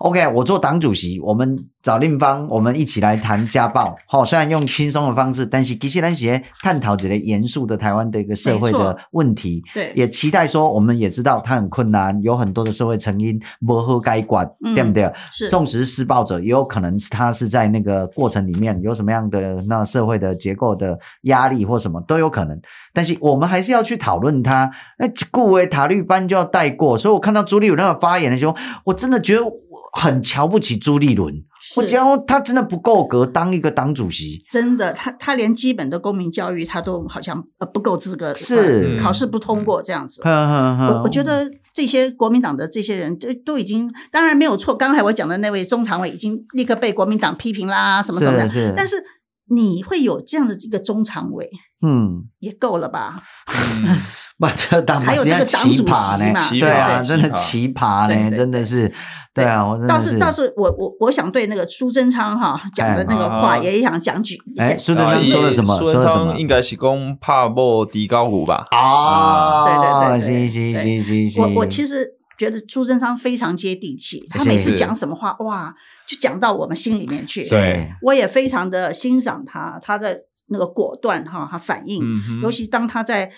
S1: ？OK，我做党主席，我们找另方，我们一起来谈家暴。好、虽然用轻松的方式，但是其实咱是在探讨这个严肃的台湾的一个社会
S3: 没
S1: 的
S3: 错
S1: 问题，
S3: 对，
S1: 也期待说，我们也知道它很困难，有很多的社会成因，不好解决，
S3: 嗯
S1: 对不对？
S3: 是
S1: 纵使是施暴者，也有可能是他是在那个过程里面有什么样的那社会的结构的压力或什么都有可能。但是我们还是要去讨论他。那顾维塔利班就要带过，所以我看到朱立伦那个发言的时候，我真的觉得我很瞧不起朱立伦。
S3: 是
S1: 我觉得他真的不够格当一个党主 [laughs] 席。
S3: 真的，他他连基本的公民教育他都好像呃不够资格，
S1: 是嗯
S3: 呃考试不通过这样子。
S1: 呵呵呵
S3: 我我觉得这些国民党的这些人都都已经，当然没有错。刚才我讲的那位中常委已经立刻被国民党批评啦，什么什么
S1: 是
S3: 的。
S1: 是，
S3: 但是你会有这样的一个中常委
S1: 嗯， [laughs]
S3: 也够了吧？
S2: 嗯
S1: 把这当
S3: 还有这个
S1: 现在
S3: 党
S1: 奇
S3: 主
S1: 葩
S3: 席嘛
S1: 呢，
S2: 奇葩
S1: 对啊，
S2: 对
S1: 真的奇
S2: 奇
S1: 葩
S3: 对
S1: 呢，
S3: 对
S1: 真的是，对啊，我真
S3: 倒
S1: 的
S3: 是倒是我我我想对那个苏贞昌哈讲的那个话
S2: 哎
S3: 也想讲几
S1: 哎，
S3: 讲
S1: 苏贞昌说了什么？
S2: 啊
S1: 说
S2: 苏
S1: 了
S2: 贞
S1: 什
S2: 昌
S1: 么？
S2: 应该是讲怕某低高股吧？
S1: 啊，
S3: 对对对对
S1: 行
S3: 对
S1: 行行行
S3: 我
S1: 行，
S3: 我其实觉得苏贞昌非常接地气，他
S1: 是
S3: 每次
S2: 是
S3: 讲什么话，哇，就讲到我们心里面去。
S2: 对
S3: 我也非常的欣赏他，他的那个果断哈，他反应，
S2: 嗯哼
S3: 尤其当他在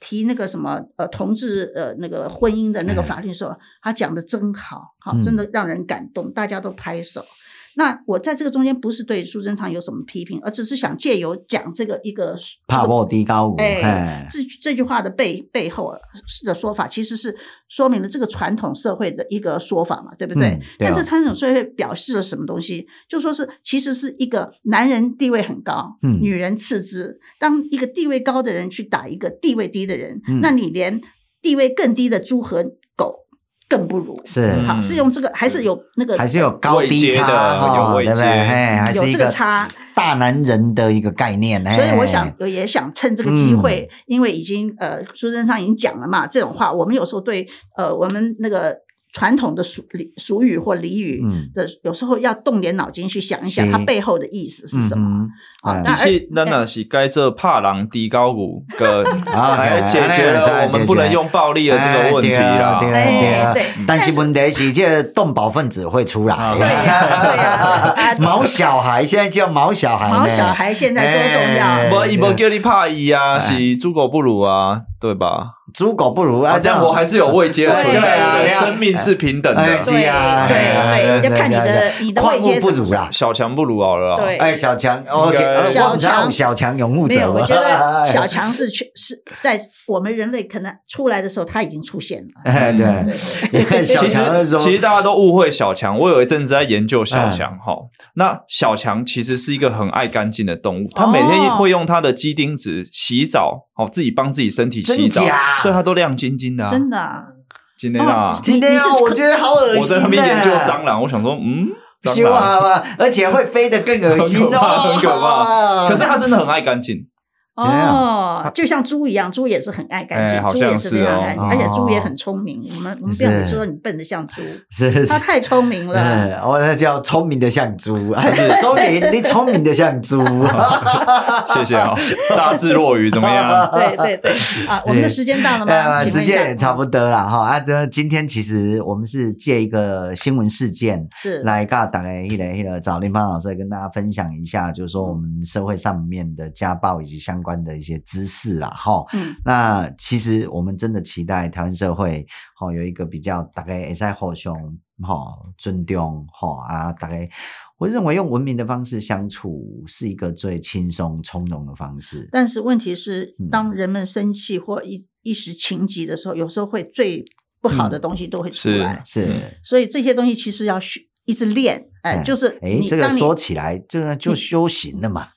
S3: 提那个什么呃同志呃那个婚姻的那个法律的时候，他讲的真好，好、
S1: 哎嗯
S3: 真的让人感动，大家都拍手。那我在这个中间不是对苏贞昌有什么批评，而只是想借由讲这个一个
S1: 怕我低高舞，
S3: 哎
S1: 哎，，
S3: 这句这句话的背背后啊是的说法，其实是说明了这个传统社会的一个说法嘛，对不对？
S1: 嗯对啊
S3: 但这传统社会表示了什么东西？就说是其实是一个男人地位很高，
S1: 嗯
S3: 女人次之。当一个地位高的人去打一个地位低的人，
S1: 嗯
S3: 那你连地位更低的猪和狗更不如。
S1: 是嗯
S2: 嗯
S3: 好，是用这个还是有那个
S1: 还是有高低差
S2: 位阶的
S1: 哈，
S2: 有
S1: 对
S2: 位
S1: 不对？
S2: 阶
S1: 嘿，还
S3: 嗯有
S1: 是一
S3: 这个差。
S1: 大男人的一个概念，嘿
S3: 所以我想，
S1: 哎
S3: 我也想趁这个机会，
S1: 嗯
S3: 因为已经呃，苏贞昌已经讲了嘛，这种话，我们有时候对呃，我们那个传统的俗俚俗语或俚语
S1: 嗯
S3: 的，有时候要动点脑筋去想一想
S1: 是
S3: 它背后的意思是什么
S1: 嗯哼
S3: 啊？
S1: 嗯
S3: 当然
S2: 是，那那是该这怕狼低高股
S3: [laughs]
S2: 跟
S1: 啊
S2: 来哎解决了我们不能用暴力的这个问题啦。
S1: 对啊
S3: 哎
S1: 嗯对
S3: 对
S1: 对，但是问题是，这动保分子会出来，
S2: 对呀
S3: 对呀哎
S1: [laughs] 毛小孩现在叫毛小孩呢，
S3: 毛小孩现在多重
S1: 哎
S3: 要，
S2: 我一波叫你怕一啊，是猪狗不如啊，对吧？
S1: 猪狗不如
S2: 啊，
S1: 啊，
S2: 这样我还是有位阶的
S3: 对
S2: 存在
S3: 对
S2: 的，
S3: 啊
S2: 生命是平等
S1: 哎
S2: 的。
S1: 是啊，
S3: 对
S1: 哎
S3: 对
S1: 对
S3: 要看你的
S1: 对
S3: 你的
S1: 矿
S3: 位阶
S1: 物不
S3: 怎么
S1: 如啦，
S2: 小强不如好了啊。
S3: 对
S1: 哎，小强，哦，
S2: 应该
S1: 呃
S3: 小
S1: 我们才有
S3: 强
S1: 小强拥护
S3: 没
S1: 者
S3: 有，
S1: 吧，
S3: 我觉
S1: 啊
S3: 得
S1: 哎
S3: 小强是确是在我们人类可能出来的时候，他已经出现了。
S1: 哎，
S3: 对
S1: 对， [laughs] 因为小
S2: 其实
S1: 强那时候
S2: 其实大家都误会小强，我有一阵子在研究小强哈、那小强其实是一个很爱干净的动物，它每天会用它的鸡丁子洗澡，哦，自己帮自己身体洗澡
S1: 真假，
S2: 所以它都亮晶晶的、啊。
S3: 真的啊，
S2: 今天啊，
S3: 哦
S1: 今天
S3: 你
S1: 啊
S3: 是
S1: 我觉得好恶心。
S2: 我在那边研究蟑，螂，我想说，嗯，蟑
S1: 修
S2: 螂，
S1: 好吧，而且会飞得更恶心
S2: 很可怕
S1: 哦，
S2: 很可怕可是它真的很爱干净，
S1: 怎
S3: 哦，就像猪一样，猪也是很爱干净，
S2: 哎好
S3: 猪
S2: 像
S3: 也是非
S2: 是
S3: 常
S2: 哦
S3: 爱干净，
S1: 哦
S3: 而且猪也很聪明。我们我们不要
S1: 是
S3: 说你笨的像
S1: [laughs]
S3: 猪，
S1: [laughs] 是是
S3: 它太聪明
S1: [laughs]
S3: 了。
S1: 嗯，我那叫聪明的像猪，还是聪明？你聪明的像猪，
S2: 谢谢啊、大智若愚怎么
S3: [laughs]
S2: 样？
S3: 对对对
S1: [laughs]
S3: 啊，我们的时间到了吗？
S1: 呃，
S3: 请
S1: 时
S3: 问一下
S1: 间也差不多了哈。啊，这今天其实我们是借一个新闻事件，
S3: 是
S1: 来噶大概一来一来找林芳老师来跟大家分享一下，就是说我们社会上面的家暴以及相关的一些知识啦，哈。
S3: 嗯，
S1: 那其实我们真的期待台湾社会，吼、有一个比较大概也在互相吼、尊重吼、啊，大概我认为用文明的方式相处是一个最轻松从容的方式。
S3: 但是问题是
S1: 嗯，
S3: 当人们生气或一一时情急的时候，有时候会最不好
S1: 嗯
S3: 的东西都会出
S2: 是
S3: 来，
S1: 是，
S2: 嗯
S3: 所以这些东西其实要训，一直练，哎，
S1: 嗯
S3: 就是
S1: 哎，
S3: 你
S1: 这个
S3: 当你
S1: 说起来，这个就修行了嘛，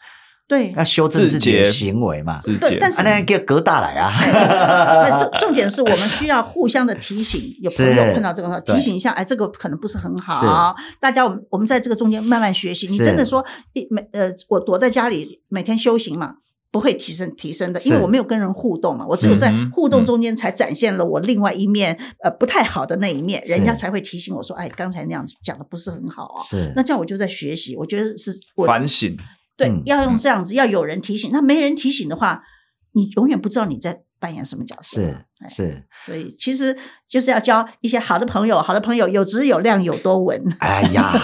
S3: 对
S1: 要修正自己的
S2: 自觉
S1: 行为嘛。
S2: 自
S3: 对
S2: 己
S3: 但是
S1: 啊，那叫葛大来
S3: [laughs] 那
S1: 啊，
S3: 重重点是我们需要互相的提醒，有朋友
S1: 是
S3: 碰到这个时候
S1: 对
S3: 提醒一下，哎，这个可能不是很好。大家我们我们在这个中间慢慢学习。你
S1: 是
S3: 真的说一每呃，我躲在家里每天修行嘛，不会提升提升的，因为
S1: 是
S3: 我没有跟人互动嘛，我只有在
S2: 嗯哼
S3: 互动中间才展现了我另外一面呃不太好的那一面，
S1: 是
S3: 人家才会提醒我说，哎，刚才那样讲的不是很好啊。
S1: 是
S3: 那这样我就在学习，我觉得是我
S2: 反省，
S3: 对
S1: 嗯
S3: 要用
S2: 嗯
S3: 这样子，要有人提醒。那没人提醒的话，你永远不知道你在扮演什么角色嘛。
S1: 是
S3: 哎
S1: 是，
S3: 所以其实就是要交一些好的朋友，好的朋友有质有量有多稳。 [laughs]
S1: 哎呀，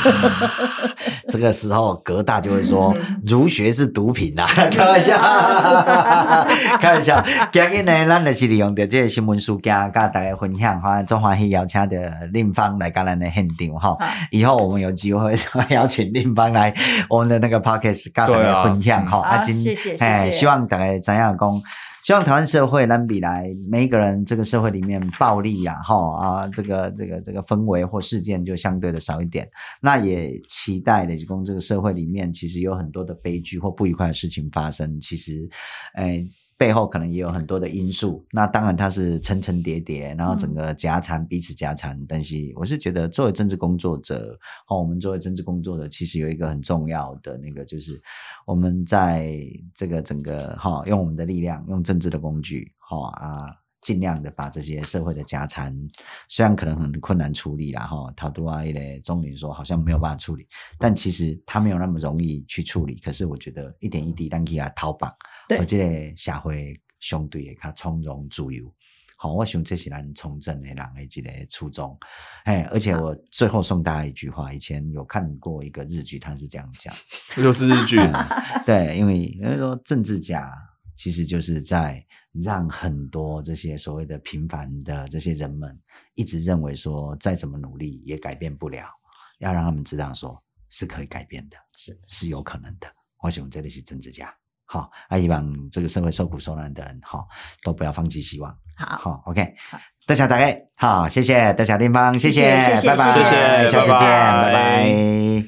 S1: 这个时候葛大就会说
S3: 嗯
S1: 儒学是毒品
S3: [laughs]
S1: 呐、啊，开玩笑，
S3: 啊
S1: [laughs] 开玩笑。今日呢，咱就是利用着这个新闻事件，跟大家分享哈，中华喜邀请的令芳来跟咱的现场哈。
S3: 啊
S1: 以后我们有机会 [laughs] 邀请令芳来我们的那个 podcast 跟大
S2: 对
S1: 家
S2: 啊
S1: 分享哈。
S3: 嗯好谢谢谢
S1: 哎
S3: 谢
S1: 希望大家知影讲。希望台湾社会能比来每一个人这个社会里面暴力啊，哈啊，这个这个这个氛围或事件就相对的少一点。那也期待的，就是这个社会里面其实有很多的悲剧或不愉快的事情发生，其实，哎。背后可能也有很多的因素，那当然它是层层叠叠，然后整个夹缠、彼此夹缠。但是我是觉得，作为政治工作者，哦，我们作为政治工作者，其实有一个很重要的那个，就是我们在这个整个哈、哦，用我们的力量，用政治的工具，哈、哦、啊，尽量的把这些社会的家产，虽然可能很困难处理啦哈，陶都阿一嘞，钟林说好像没有办法处理，但其实他没有那么容易去处理。可是我觉得一点一滴让给他掏绑，
S4: 对
S1: 而这个社会相对会较从容自由。好，我想这是咱从政的人的一个初衷。哎，而且我最后送大家一句话，以前有看过一个日剧，他是这样讲。
S2: 这就是日剧，
S1: 对，因为有人说政治家其实就是在让很多这些所谓的平凡的这些人们，一直认为说再怎么努力也改变不了，要让他们知道说是可以改变的，是是有可能的。我想这里是政治家。好，啊，希望这个社会受苦受难的人，好，都不要放弃希望。
S4: 好，
S1: 好，OK，大家大概好，谢谢大家地方，谢
S4: 谢谢谢谢
S1: 拜拜，
S4: 谢
S2: 谢
S1: 下次见，拜
S2: 拜拜
S1: 拜